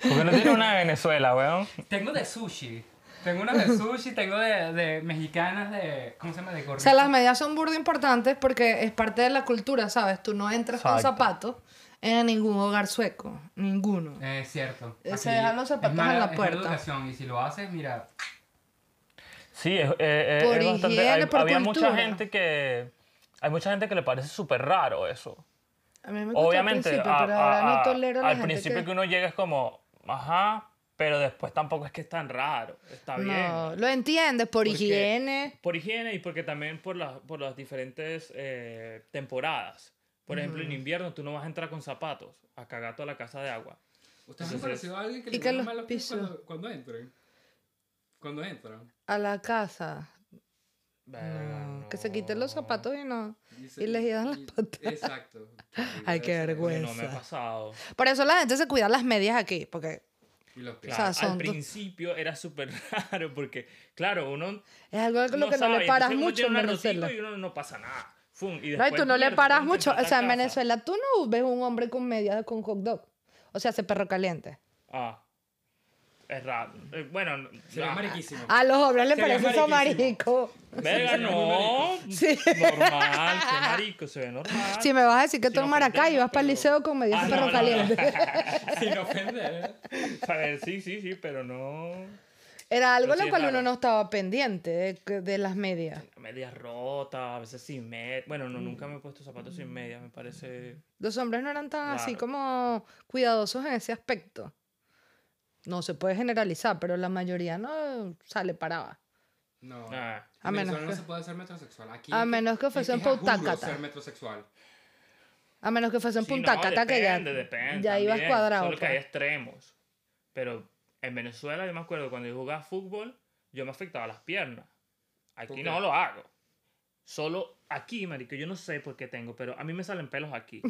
D: Porque no tiene una de Venezuela, weón.
F: Tengo de sushi. Tengo una de sushi, tengo de, de mexicanas de. ¿Cómo se llama? De
B: O
F: gorrito.
B: sea, las medias son burda importantes porque es parte de la cultura, ¿sabes? Tú no entras con
D: Exacto.
B: zapatos en ningún hogar sueco. Ninguno.
F: Eh, Es cierto.
B: Eh, se dejan los zapatos
F: es mala-
B: en la
F: es mala
B: puerta.
F: educación, y si lo haces, mira,
D: Sí, es, eh, eh,
B: Por
D: es bastante.
B: higiene,
D: hay-
B: por
D: había mucha
B: cultura.
D: gente que. Hay mucha gente que le parece súper raro eso.
B: A mí me gustó
D: Obviamente,
B: al principio,
D: a-
B: pero
D: a-
B: ahora no
D: a-
B: tolero a la
D: al
B: gente
D: principio que...
B: que...
D: uno llega es como, ajá, pero después tampoco es que es tan raro. Está
B: No,
D: bien.
B: lo entiendes por
D: Porque-
B: higiene.
D: Por higiene y porque también por las, por las diferentes eh, temporadas. Por ejemplo, en invierno tú no vas a entrar con zapatos a cagar toda la casa de agua.
C: ¿Ustedes han
D: Entonces-
C: conocido a alguien que
B: Y
C: le
B: que
C: ponen
B: los
C: malos pies
B: pisos.
C: cuando, cuando entran? Cuando entran.
B: A la casa.
D: Verga,
B: No, Que se quiten los
D: no.
B: zapatos y no.
C: se-
B: Y les llevan las
C: y-
B: patas.
C: Exacto.
B: Ay, qué
D: Oye, No me ha
B: vergüenza.
D: pasado.
B: Por eso la gente se cuida las medias aquí, porque
C: Y los pies.
D: Claro,
B: sea, son
D: al
B: dos-
D: principio era súper raro porque, claro, uno
B: es algo con lo
D: no
B: que no
D: sabe,
B: le paras
D: entonces uno
B: mucho
D: tiene
B: en
D: una
B: Venezuela.
D: rutina Y uno no pasa nada. Fum, y
B: No, y
D: después,
B: tú no le
D: mierda,
B: paras
D: tienes que
B: mucho. O
D: entrar
B: sea,
D: a
B: en
D: casa.
B: Venezuela tú no ves un hombre con medias con hot dog. O sea, hace perro caliente.
D: Ah, es raro. Eh, bueno, no-
C: Se ve
D: ah,
C: mariquísimo.
B: A los hombres les
C: Se ve
B: parece eso
C: mariquísimo.
B: marico.
D: verga, no.
B: Sí.
D: Normal, qué marico, se ve normal.
B: Si me vas a decir que
D: Si
B: tú
D: no
B: en Maracay
D: ofendemos,
B: vas para el
D: pero-
B: liceo con medias
D: Ah,
B: de
D: no,
B: perro
D: no, no.
B: caliente.
C: Sin ofender.
D: A ver, sí, sí, sí, pero no.
B: Era algo
D: Pero sí
B: lo
D: es
B: cual uno
D: raro.
B: no estaba pendiente de, de las medias.
D: Medias rotas, a veces sin medias. Bueno, no, nunca me he puesto zapatos sin medias, me parece.
B: Los hombres no eran tan así
D: Claro.
B: como cuidadosos en ese aspecto. No se puede generalizar, pero la mayoría no sale parada.
C: No.
D: Ah.
B: A
C: en
B: menos
C: Venezuela no
B: que-
C: se puede ser metrosexual. Aquí
B: A
C: hay
B: menos que
C: hay
B: fuese en
C: juro
B: Pautácata.
C: ser metrosexual.
B: A menos que fuesen
D: Sí,
B: punta
D: no,
B: cata que ya,
D: depende, depende
B: ya ibas
D: también,
B: cuadrado.
D: Solo que
B: pues.
D: hay extremos. Pero en Venezuela yo me acuerdo cuando yo jugaba fútbol, yo me afectaba las piernas.
C: ¿Por
D: Aquí
C: qué?
D: no lo hago. Solo aquí, marico, yo no sé por qué tengo, pero a mí me salen pelos aquí.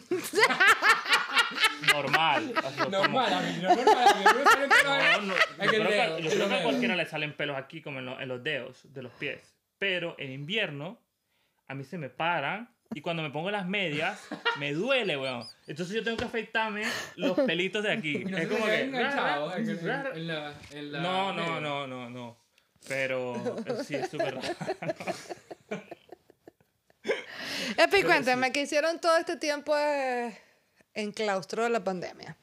D: normal. así como-
C: Normal, a mí no normal. A mí no me sale pelo
D: No,
C: en- en
D: no, yo
C: el
D: creo que-
C: dedo,
D: yo
C: en
D: creo
C: el
D: que a
C: dedo.
D: cualquiera le salen pelos aquí, como en, lo- en los dedos de los pies. Pero en invierno, a mí se me paran y cuando me pongo las medias, me duele, weón. Entonces yo tengo que afeitarme los pelitos de aquí.
C: Y no
D: Es
C: se te
D: como
C: queda
D: que-
C: enganchado en en- en la... en la-
D: No, no, no, no, no. Pero eh, sí, es súper raro.
B: Epi, cuéntame, ¿qué hicieron todo este tiempo eh, en claustro de la pandemia?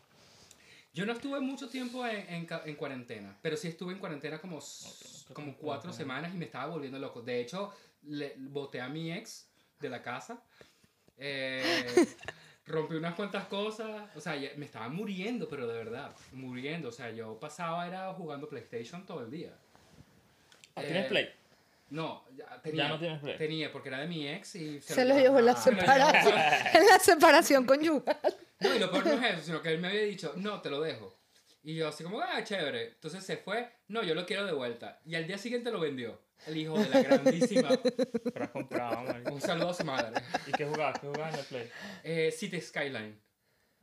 C: Yo no estuve mucho tiempo en, en, ca- en cuarentena, pero sí estuve en cuarentena como, s- como cuatro semanas y me estaba volviendo loco. De hecho, le, boté a mi ex de la casa, eh, rompí unas cuantas cosas, o sea, ya- me estaba muriendo, pero de verdad, muriendo. O sea, yo pasaba era jugando PlayStation todo el día.
D: ¿Tienes
C: Eh,
D: play?
C: No, ya tenía.
D: no tienes Play.
C: Tenía, porque era de mi ex y...
B: Se los llevó la
C: Se lo llevó.
B: separación, en la separación conyugal.
C: No, y lo peor no es eso, sino que él me había dicho, no, te lo dejo. Y yo así como, ah, chévere. Entonces se fue, no, yo lo quiero de vuelta. Y al día siguiente lo vendió. El hijo de la grandísima.
D: Pero has comprado, marico.
C: Un saludo a su madre.
D: ¿Y qué jugabas? ¿Qué jugabas en el play?
C: Eh, City Skyline.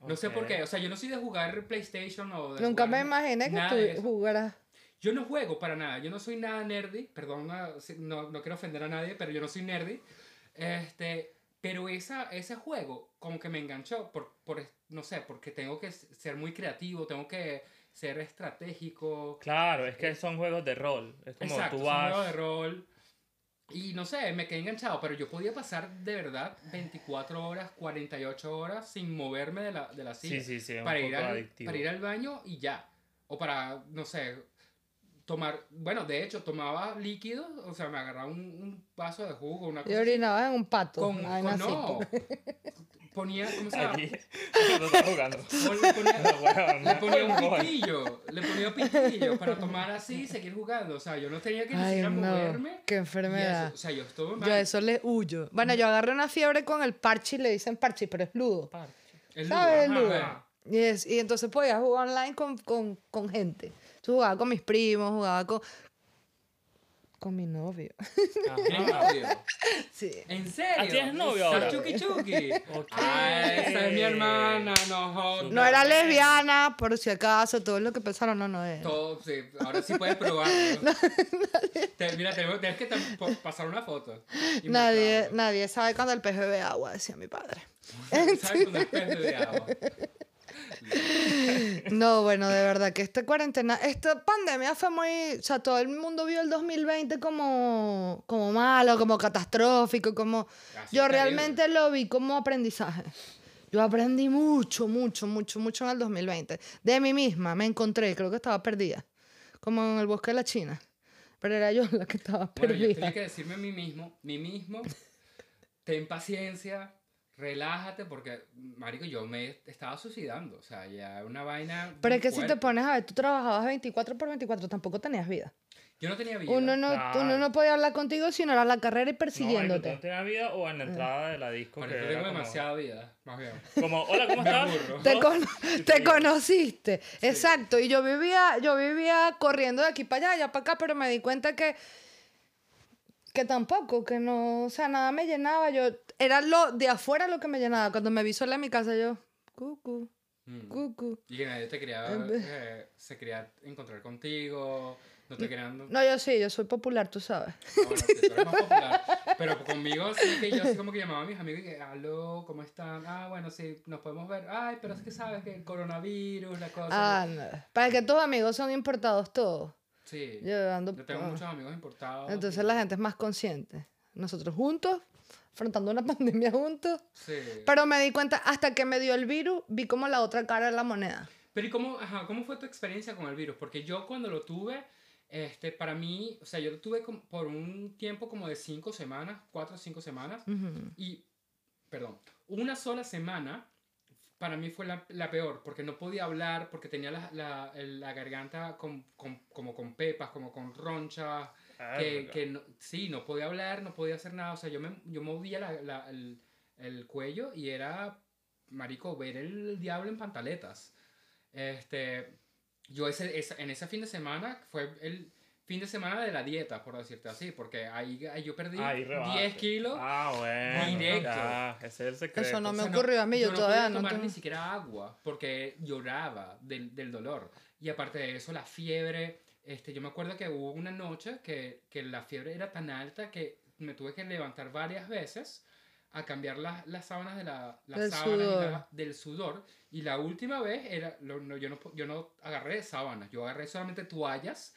C: No sé
D: Ok.
C: por qué. O sea, yo no soy de jugar PlayStation o de
B: Nunca
C: jugar
B: me imaginé que
C: nada
B: tú
C: de eso.
B: jugaras.
C: Yo no juego para nada. Yo no soy nada nerdy. Perdón, no- si- no, no quiero ofender a nadie, pero yo no soy nerdy. Este, pero esa, ese juego como que me enganchó. Por, por, no sé, porque tengo que s- ser muy creativo, tengo que ser estratégico.
D: Claro, es que son juegos de rol. Es como
C: Exacto,
D: tú
C: es un
D: vas.
C: juego de rol. Y no sé, me quedé enganchado, pero yo podía pasar de verdad 24 horas, 48 horas sin moverme de la, de la silla.
D: Sí, sí, sí. Es
C: para,
D: un
C: ir
D: poco
C: al,
D: adictivo.
C: para ir al baño y ya. O para, no sé, tomar. Bueno, de hecho, tomaba líquidos, o sea, me agarraba un, un vaso de jugo, una
B: Y
C: cosa. así,
B: orinabas en un pato.
C: Con,
B: una vaina
C: con-
B: así.
C: no. ponía, ¿cómo se llama?
D: No está jugando.
C: O Le ponía,
D: Bueno,
C: le ponía un
D: coño.
C: pitillo, le ponía pitillo para tomar así y seguir jugando. O sea, yo no tenía que ni
B: Ay,
C: siquiera
B: no.
C: moverme.
B: Qué
C: y
B: enfermedad.
C: eso, o sea, yo estuve mal.
B: Yo a eso le huyo. Bueno, yo agarré una fiebre con el parche y le dicen parche, pero es ludo.
C: El
B: ¿Sabes? El
C: lugar,
B: ludo.
C: ajá.
B: Y, es- y entonces podía jugar online con, con, con gente. Yo jugaba con mis primos, jugaba con... Con mi novio.
C: En novio.
B: Sí.
C: ¿En serio?
D: Ah, ¿tienes novio ahora?
C: Ah, Chuki Chuki. Ay, Ah, esa es mi hermana, no jodas.
B: No era lesbiana, por si acaso, todo lo que pensaron, no, eh. no era.
C: Todo, sí, ahora sí puedes probar. Te- mira, tenemos- tienes que tam- po- pasar una foto. y
B: Nadie,
C: mostrarlo.
B: nadie sabe cuando el pez bebe agua, decía mi padre.
C: ¿Sabes? Con el pez de agua.
B: No, bueno, de verdad que esta cuarentena, esta pandemia fue muy, o sea, todo el mundo vio el 2020 como, como malo, como catastrófico, como...
C: Así
B: Yo
C: terrible.
B: realmente lo vi como aprendizaje. Yo aprendí mucho, mucho, mucho, mucho en el 2020. De mí misma, me encontré, creo que estaba perdida, como en el bosque de la China. Pero era yo la que estaba
C: Bueno, yo
B: perdida.
C: tenía que decirme a mí mismo, mí mismo, ten paciencia, relájate, porque, marico, yo me estaba suicidando. O sea, ya una vaina.
B: Pero
C: muy
B: es que si te
C: fuerte.
B: pones a ver, tú trabajabas 24 por 24, tampoco tenías vida.
C: Yo no tenía vida.
B: Uno no,
D: Claro.
B: uno no podía hablar contigo si no era la carrera y
D: No, marico, ¿tú
B: persiguiéndote.
D: no tenías vida o en
B: Ah.
D: la entrada de la disco?
C: Marico,
D: que
C: yo
D: era
C: tengo
D: como-
C: demasiada vida, más bien.
D: Como, hola, ¿cómo estás?
C: aburro.
B: te,
D: No,
B: cono- te
D: sí.
B: conociste. Exacto. Y yo vivía, yo vivía corriendo de aquí para allá, allá para acá, pero me di cuenta que, que tampoco, que no, o sea, nada me llenaba. Yo, era lo de afuera lo que me llenaba. Cuando me vi sola en mi casa, yo, cucu,
C: Mm.
B: cucu.
C: Y que nadie te quería,
B: En vez-
C: eh, se quería encontrar contigo, no te querían... Bueno,
B: No, yo sí, yo soy popular, tú sabes.
C: sí, tú eres más popular, pero conmigo sí que yo así como que llamaba a mis amigos y que, aló, ¿cómo están? Ah, bueno, sí, nos podemos ver. Ay, pero es que sabes que el coronavirus, la cosa...
B: Ah, no. Para que tus amigos son importados todos.
C: sí, yo,
B: Yo ando ah.
C: tengo
B: por-
C: muchos amigos importados.
B: Entonces la gente es más consciente. Nosotros juntos, afrontando una pandemia juntos.
C: Sí. Pero,
B: Pero me di cuenta, hasta que me dio el virus, vi como la otra cara de la moneda.
C: ¿y cómo, ajá, cómo fue tu experiencia con el virus? Porque yo cuando lo tuve, este, para mí, o sea, yo lo tuve como por un tiempo como de cinco semanas, cuatro o cinco semanas, Y, perdón, una sola semana para mí fue la, la peor, porque no podía hablar, porque tenía la, la- el- la garganta con- con- como con pepas, como con ronchas,
D: Ah,
C: que,
D: marico.
C: que no- sí, no podía hablar, no podía hacer nada, o sea, yo, me, yo movía la- la- el, el cuello y era, marico, ver el diablo en pantaletas. Este, yo ese, esa- en ese fin de semana fue el fin de semana de la dieta, por decirte así, porque ahí, ahí yo perdí
D: Ahí rebajaste.
C: 10 kilos.
D: Ah, bueno.
C: Directo.
D: ya, ese es el secreto.
B: Eso no me
C: O sea,
B: ocurrió a mí, yo, todavía
C: podía
B: no.
C: tomar
B: tengo-
C: ni siquiera agua porque lloraba del, del dolor. Y aparte de eso, la fiebre. Este, yo me acuerdo que hubo una noche que, que la fiebre era tan alta que me tuve que levantar varias veces a cambiar las, las sábanas de la, las
B: Del
C: sábanas y
B: sudor.
C: la- del sudor. Y la última vez era, lo- no, yo, no, po- yo no agarré sábanas, yo agarré solamente toallas,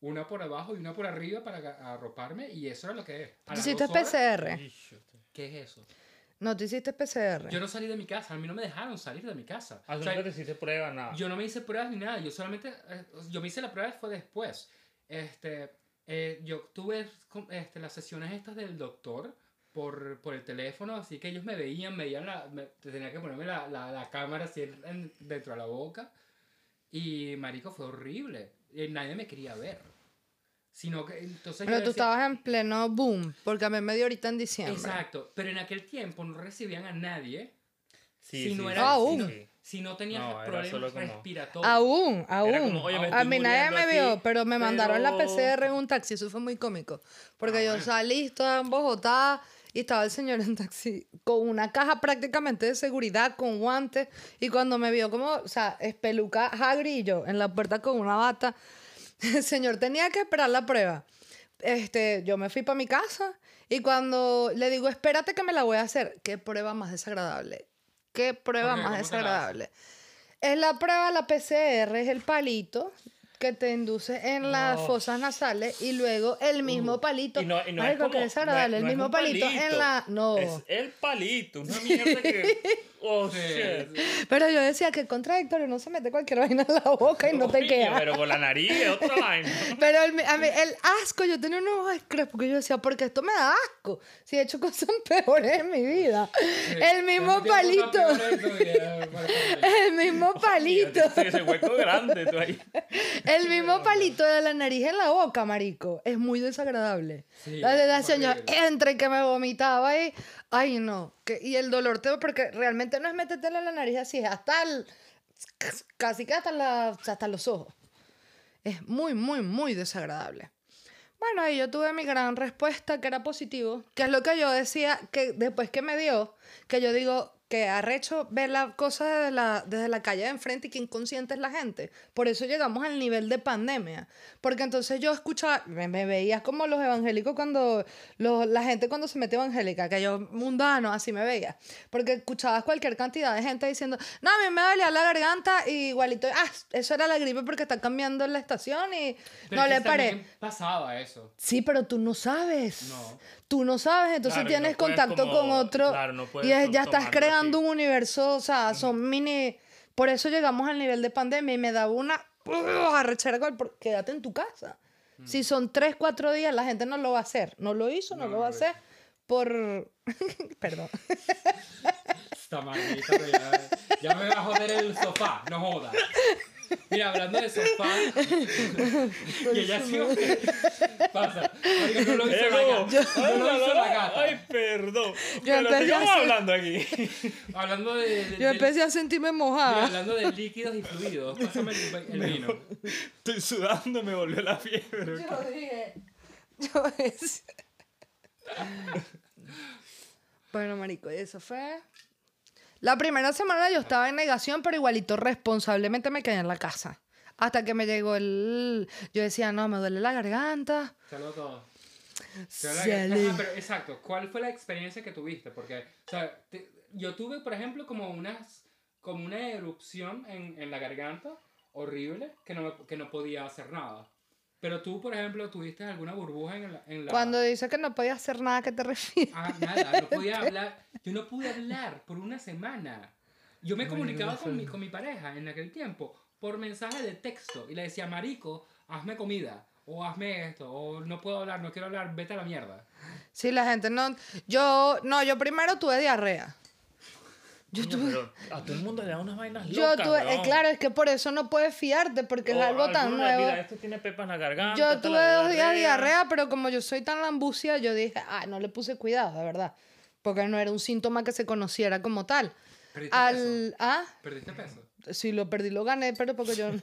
C: una por abajo y una por arriba para aga- arroparme. Y eso era lo que es. A
B: ¿Tú
C: las
B: hiciste
C: dos horas-
B: PCR?
C: ¿Qué es eso?
B: No, tú hiciste PCR.
C: Yo no salí de mi casa, a mí no me dejaron salir de mi casa.
D: Ah,
C: O
D: tú
C: sea,
D: nunca te hiciste prueba, nada.
C: yo no me hice pruebas ni nada, yo solamente, eh, yo me hice la prueba fue después. Este, eh, yo tuve con- este, las sesiones estas del doctor por, por el teléfono, así que ellos me veían, me veían la, me- tenía que ponerme la, la, la cámara así en- en- dentro de la boca. Y marico, fue horrible. Eh, nadie me quería ver. Sino que, entonces yo
B: Pero tú
C: decía-
B: estabas en pleno boom, porque a mí me dio ahorita en diciembre.
C: Exacto, pero en aquel tiempo no recibían a nadie
D: Sí,
C: si
D: sí,
C: no
D: sí,
C: era-
B: Aún.
D: sí.
C: si no tenías
D: No, era solo
C: problemas
D: como-
C: respiratorios.
B: Aún, aún.
D: como, "Oye, me
B: a
D: estoy
B: mí nadie me
D: muriendo
B: vio,
D: aquí,
B: pero me mandaron la
D: pero-
B: PCR en un taxi, eso fue muy cómico. Porque
C: Ah,
B: yo
C: bueno.
B: salí, toda en Bogotá, y estaba el señor en taxi con una caja prácticamente de seguridad, con guantes, y cuando me vio como, o sea, espeluca Hagrid y yo en la puerta con una bata, el señor tenía que esperar la prueba. Este, yo me fui para mi casa y cuando le digo, espérate que me la voy a hacer, qué prueba más desagradable, qué prueba
C: Ok,
B: más
C: ¿cómo te la haces?
B: desagradable. Es la prueba, la PCR, es el palito que te induce en las
G: No.
B: fosas nasales y luego el mismo palito.
D: Y no, y no
B: Marico,
D: es como,
B: qué desagradable,
D: no es-
B: el
D: no es
B: mismo
D: un
B: palito, en la... No.
D: Es el palito, una mierda que... Oh,
C: Sí.
D: shit.
B: Pero yo decía que contradictorio, no se mete cualquier vaina en la boca y no te
D: Coño,
B: queda.
D: Pero con la nariz es otra vaina.
B: Pero el, a mí, el asco, yo tenía unos ascos porque yo decía, porque esto me da asco. Si he hecho cosas peores en mi vida. el mismo palito. El mismo palito.
D: Sí, ese hueco grande, tú ahí.
B: El mismo palito de la nariz en la boca, marico. Es muy desagradable.
C: Sí,
B: la sensación yo,
C: horrible.
B: entre que me vomitaba y... Ay, no. Que, y el dolor te... Porque realmente no es metértelo en la nariz así. es Hasta el- Casi que hasta, la- hasta los ojos. Es muy, muy, muy desagradable. Bueno, ahí yo tuve mi gran respuesta, que era positivo, que es lo que yo decía, que después que me dio, que yo digo que arrecho ver las cosas desde la, desde la calle de enfrente y que inconsciente es la gente. Por eso llegamos al nivel de pandemia. Porque entonces yo escuchaba, me, me veías como los evangélicos cuando, los- la gente cuando se mete evangélica, que yo mundano, así me veía. Porque escuchabas cualquier cantidad de gente diciendo, no, a mí me dolía la garganta y igualito, ah, eso era la gripe porque está cambiando la estación y no le paré.
C: Pasaba eso.
B: Sí, pero tú no sabes.
C: No.
B: Tú no sabes, entonces
D: Claro, y no
B: tienes
D: puedes
B: contacto
D: como-
B: con otro.
D: claro, no puedes
B: y es- ya estás
D: to- tomarlo
B: creando
D: así.
B: un universo, o sea, son mini. Por eso llegamos al nivel de pandemia y me daba una ¡Ugh! arrechera con el por- quédate en tu casa. Si son tres, cuatro días, la gente no lo va a hacer. No lo hizo, no,
C: No,
B: lo
C: no
B: va a
C: lo hizo.
B: hacer. Por. Perdón.
C: Está maldita, pero ya, ya me va a joder el sofá, no jodas. Mira, hablando de sofá. y ella sí. Pasa. Oiga, no lo hizo
D: Es
C: la
D: como,
C: gata. No
D: ay,
C: lo
D: la,
C: hizo
D: la,
C: la gata.
D: Ay, perdón.
B: Yo
D: Pero
B: empecé
D: sigamos
B: a hacer-
D: hablando aquí.
C: Hablando de. de-
B: Yo
C: de-
B: empecé a sentirme
C: mira,
B: mojada.
C: hablando de líquidos y fluidos. Pásame el, el vino.
D: Estoy sudando, me volvió la fiebre.
B: Yo dije. Yo es- Bueno, marico, y eso fue. La primera semana yo estaba en negación, pero igualito responsablemente me quedé en la casa. Hasta que me llegó el. Yo decía, no, me duele la garganta.
C: Saludos a todos. Te habla que-
B: Sale.
C: Ajá, pero exacto, ¿cuál fue la experiencia que tuviste? Porque, o sea, te- yo tuve, por ejemplo, como unas, como una erupción en, en la garganta horrible que no, me- que no podía hacer nada. Pero tú, por ejemplo, tuviste alguna burbuja en la... en la-
B: Cuando dice que no podía hacer nada, ¿qué te refieres?
C: Ah, nada, no podía hablar. Yo no pude hablar por una semana. Yo me comunicaba con mi, con mi pareja en aquel tiempo por mensaje de texto y le decía, marico, hazme comida, o hazme esto, o no puedo hablar, no quiero hablar, vete a la mierda.
B: Sí, la gente no. Yo, no, yo primero tuve diarrea.
D: Coño, pero a todo el mundo le da unas vainas locas.
B: Yo tuve. eh,
D: weón.
B: claro, es que por eso no puedes fiarte, porque es
D: O
B: algo tan
D: alguno le-
B: nuevo.
D: Mira, este tiene pepas en la garganta.
B: Yo
D: este
B: tuve
D: la
B: dos días de diarrea, pero como yo soy tan lambucia, yo dije, ah, no le puse cuidado, de verdad. Porque no era un síntoma que se conociera como tal.
C: ¿Perdiste
B: Al. Ah,
C: ¿Perdiste peso?
B: si lo perdí, lo gané, pero porque yo no.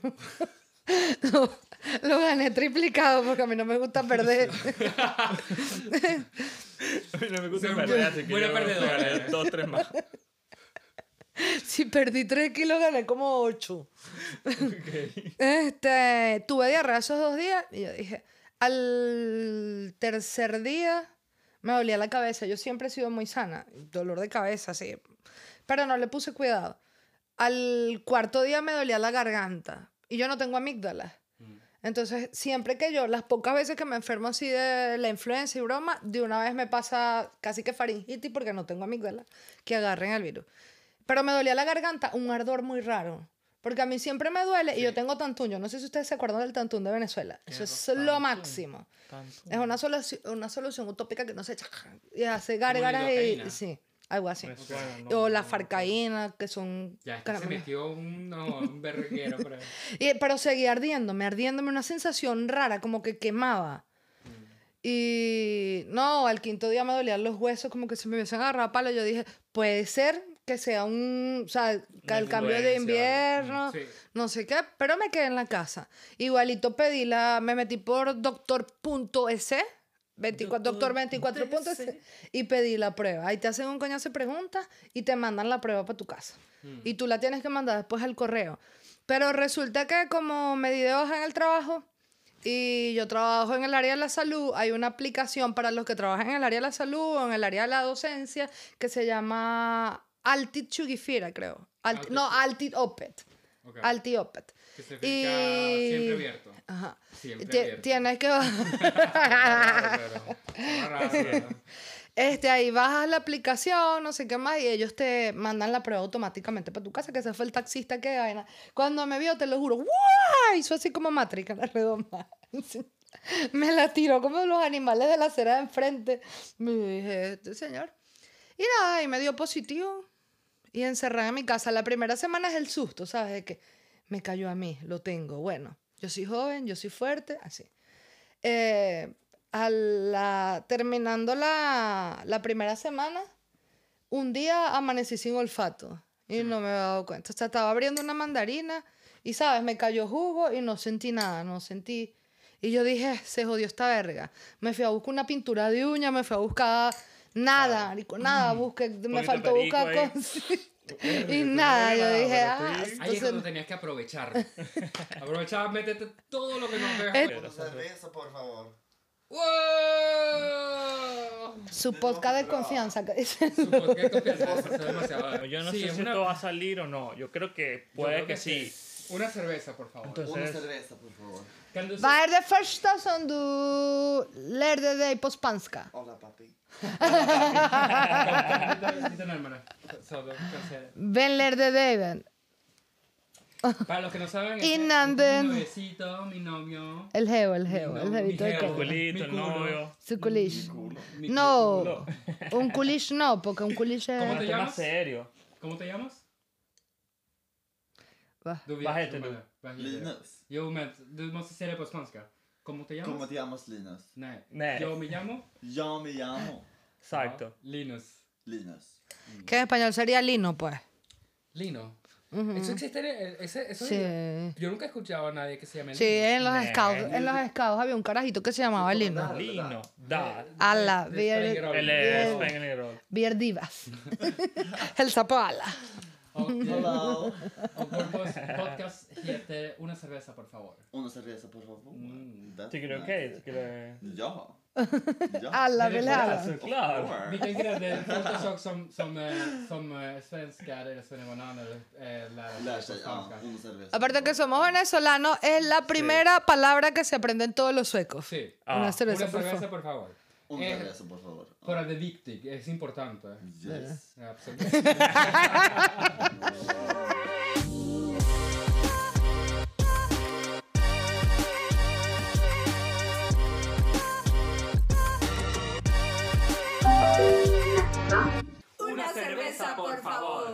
B: no, lo gané triplicado porque a mí no me gusta perder.
D: A mí no me gusta
C: Soy
D: perder,
C: buena-
D: así que
C: buena
D: yo me
C: perdedora.
D: gané Dos, tres más.
B: si perdí 3 kilos, gané como 8. Este, tuve diarrea esos dos días y yo dije, al tercer día me dolía la cabeza. Yo siempre he sido muy sana, dolor de cabeza, sí. Pero no le puse cuidado. Al cuarto día me dolía la garganta y yo no tengo amígdalas. Entonces, siempre que yo, las pocas veces que me enfermo así de la influenza y broma, de una vez me pasa casi que faringitis porque no tengo amígdalas que agarren el virus. Pero me dolía la garganta, un ardor muy raro. Porque a mí siempre me duele y yo tengo tantún. Yo no sé si ustedes se acuerdan del tantún de Venezuela. Eso es lo máximo. Es una solución, una solución utópica que no se echa y hace gárgaras y.
C: lidocaína.
B: Sí, algo así.
G: Me suena, Pues, no,
B: o
G: no, este
B: la
G: no.
B: farcaína, que son.
C: Ya, es que se
B: caramelos.
C: metió un, no, un verguero, pero...
B: Y- pero seguía ardiéndome, ardiéndome una sensación rara, como que quemaba. Y no, al quinto día me dolían los huesos, como que se me hubiesen agarrado a palo. Yo dije, puede ser que sea un, o sea, que el cambio de
D: influencia,
B: invierno,
C: sí.
B: no sé qué, pero me quedé en la casa. Igualito pedí la, me metí por doctor.es. 24, doctor 24.es y pedí la prueba. Ahí te hacen un coñazo de preguntas y te mandan la prueba para tu casa. Y tú la tienes que mandar después al correo. Pero resulta que como me di de baja en el trabajo y yo trabajo en el área de la salud, hay una aplicación para los que trabajan en el área de la salud o en el área de la docencia que se llama Altit Chugifira, creo. Alt- no, Altit Opet.
C: Ok.
B: al Tiopet.
C: Que significa
B: Y-
C: siempre abierto.
B: Ajá.
C: Siempre
B: Tie-
C: abierto.
B: Tienes que Ah.
C: Raro, raro, raro.
B: Este, ahí bajas la aplicación, no sé qué más, y ellos te mandan la prueba automáticamente para tu casa, que ese fue el taxista que vaina. Cuando me vio, te lo juro, ¡guau! Hizo así como Matrix a la redonda. me la tiró como los animales de la acera de enfrente. Me dije, este señor. Y nada, y me dio positivo. Y encerrada en mi casa. La primera semana es el susto, ¿sabes? De que me cayó a mí, lo tengo. Bueno, yo soy joven, yo soy fuerte, así eh, a la, terminando la, la primera semana, un día amanecí sin olfato y no me había dado cuenta. O sea, estaba abriendo una mandarina y, ¿sabes? Me cayó jugo y no sentí nada, no sentí. Y yo dije, se jodió esta verga. Me fui a buscar una pintura de uña, me fui a buscar nada, marico, nada. Busqué,
H: Poquito
B: me faltó
H: perico
B: buscar
H: ahí.
B: cosas. y nada, yo
H: Verga,
B: dije,
H: pero estoy-
B: ah,
C: Ahí es
B: entonces-
C: cuando tenías que aprovechar. Aprovechar, métete todo lo que nos
B: Eh.
C: veas.
B: Pero
A: cerveza, por favor.
C: ¡Wow!
B: su podcast de confianza.
C: Supongo que hay confianza, eso es demasiado.
D: Yo no
C: Sí,
D: sé si
C: una-
D: esto va a salir o no. Yo creo que
C: yo
D: puede
C: creo
D: que, sí.
C: Una cerveza, por favor.
A: Una
D: Entonces,
A: cerveza, por favor.
C: Can do
B: Vad är det första som du lärde dig på spanska?
A: Hola, papi.
C: Dita hermana. Solo, cancela.
B: Vem lärde dig den?
C: Para los que no saben, este
B: Innan den-
C: mi novecito, mi novio.
B: El geo, el geo, el
C: Mi
B: geito de
C: geo.
B: coco.
D: culito,
C: Mi
D: el
C: culo.
D: novio.
B: Su culish.
C: mi
B: No,
C: culo.
B: un culish no, porque un culish
C: ¿Cómo
D: Bueno,
B: es...
C: te
D: esto es más
C: llamas?
D: serio.
C: ¿Cómo te llamas?
B: Va.
C: Du vet,
D: Vad heter
C: du
D: du?
C: menar. Vad heter du?
A: Linus.
C: Jo, men du måste säga det på spanska. ¿Cómo te llamas?
A: ¿Cómo te llamas, Linus?
C: Nej.
D: Nej.
C: Yo me llamo
A: Yo me llamo
D: Exacto.
C: Ja, Linus.
A: Linus.
B: Que en español sería lino, pues.
C: Lino. Eso existe en el- ese, eso
B: Mm. Sí.
C: Yo nunca he escuchado a nadie que se llame
B: Sí, eh, en los
D: Nah.
B: scouts, en los scouts había un carajito que se llamaba lino.
D: Lino, da.
B: Ala,
C: Lino. Spelling
B: bier,
C: Roll.
D: Él es Spengler Roll.
B: bier divas. El sapo ala.
C: Och,
A: Hola.
C: och vår pos- podcast heter Una cerveza por favor.
A: Una cerveza, por favor.
C: Mm.
A: That's
D: Tycker du det är
A: nice.
D: okej? Tycker du...
A: Ja. ja.
B: Alla vill ha.
D: Ja, såklart.
A: Sure.
C: Vilken grädde, första sak som, som, eh, som eh, svenskar eller svennebananare eh, lär,
A: Lär sig, ja.
B: Mm.
C: spanska.
A: ah, Una cerveza.
B: Aparte que somos venezolanos, es la primera palabra que se aprenden todos los suecos.
C: Sí.
D: Ah,
B: Una
C: Una
B: cerveza, por
C: cerveza
B: favor.
C: por favor.
A: Una
C: Eh.
A: cerveza, por favor. Ah,
C: För att det är viktigt, det är importante.
A: Mm. Yes.
C: Ja, Absolut.
D: Una cerveza, por favor.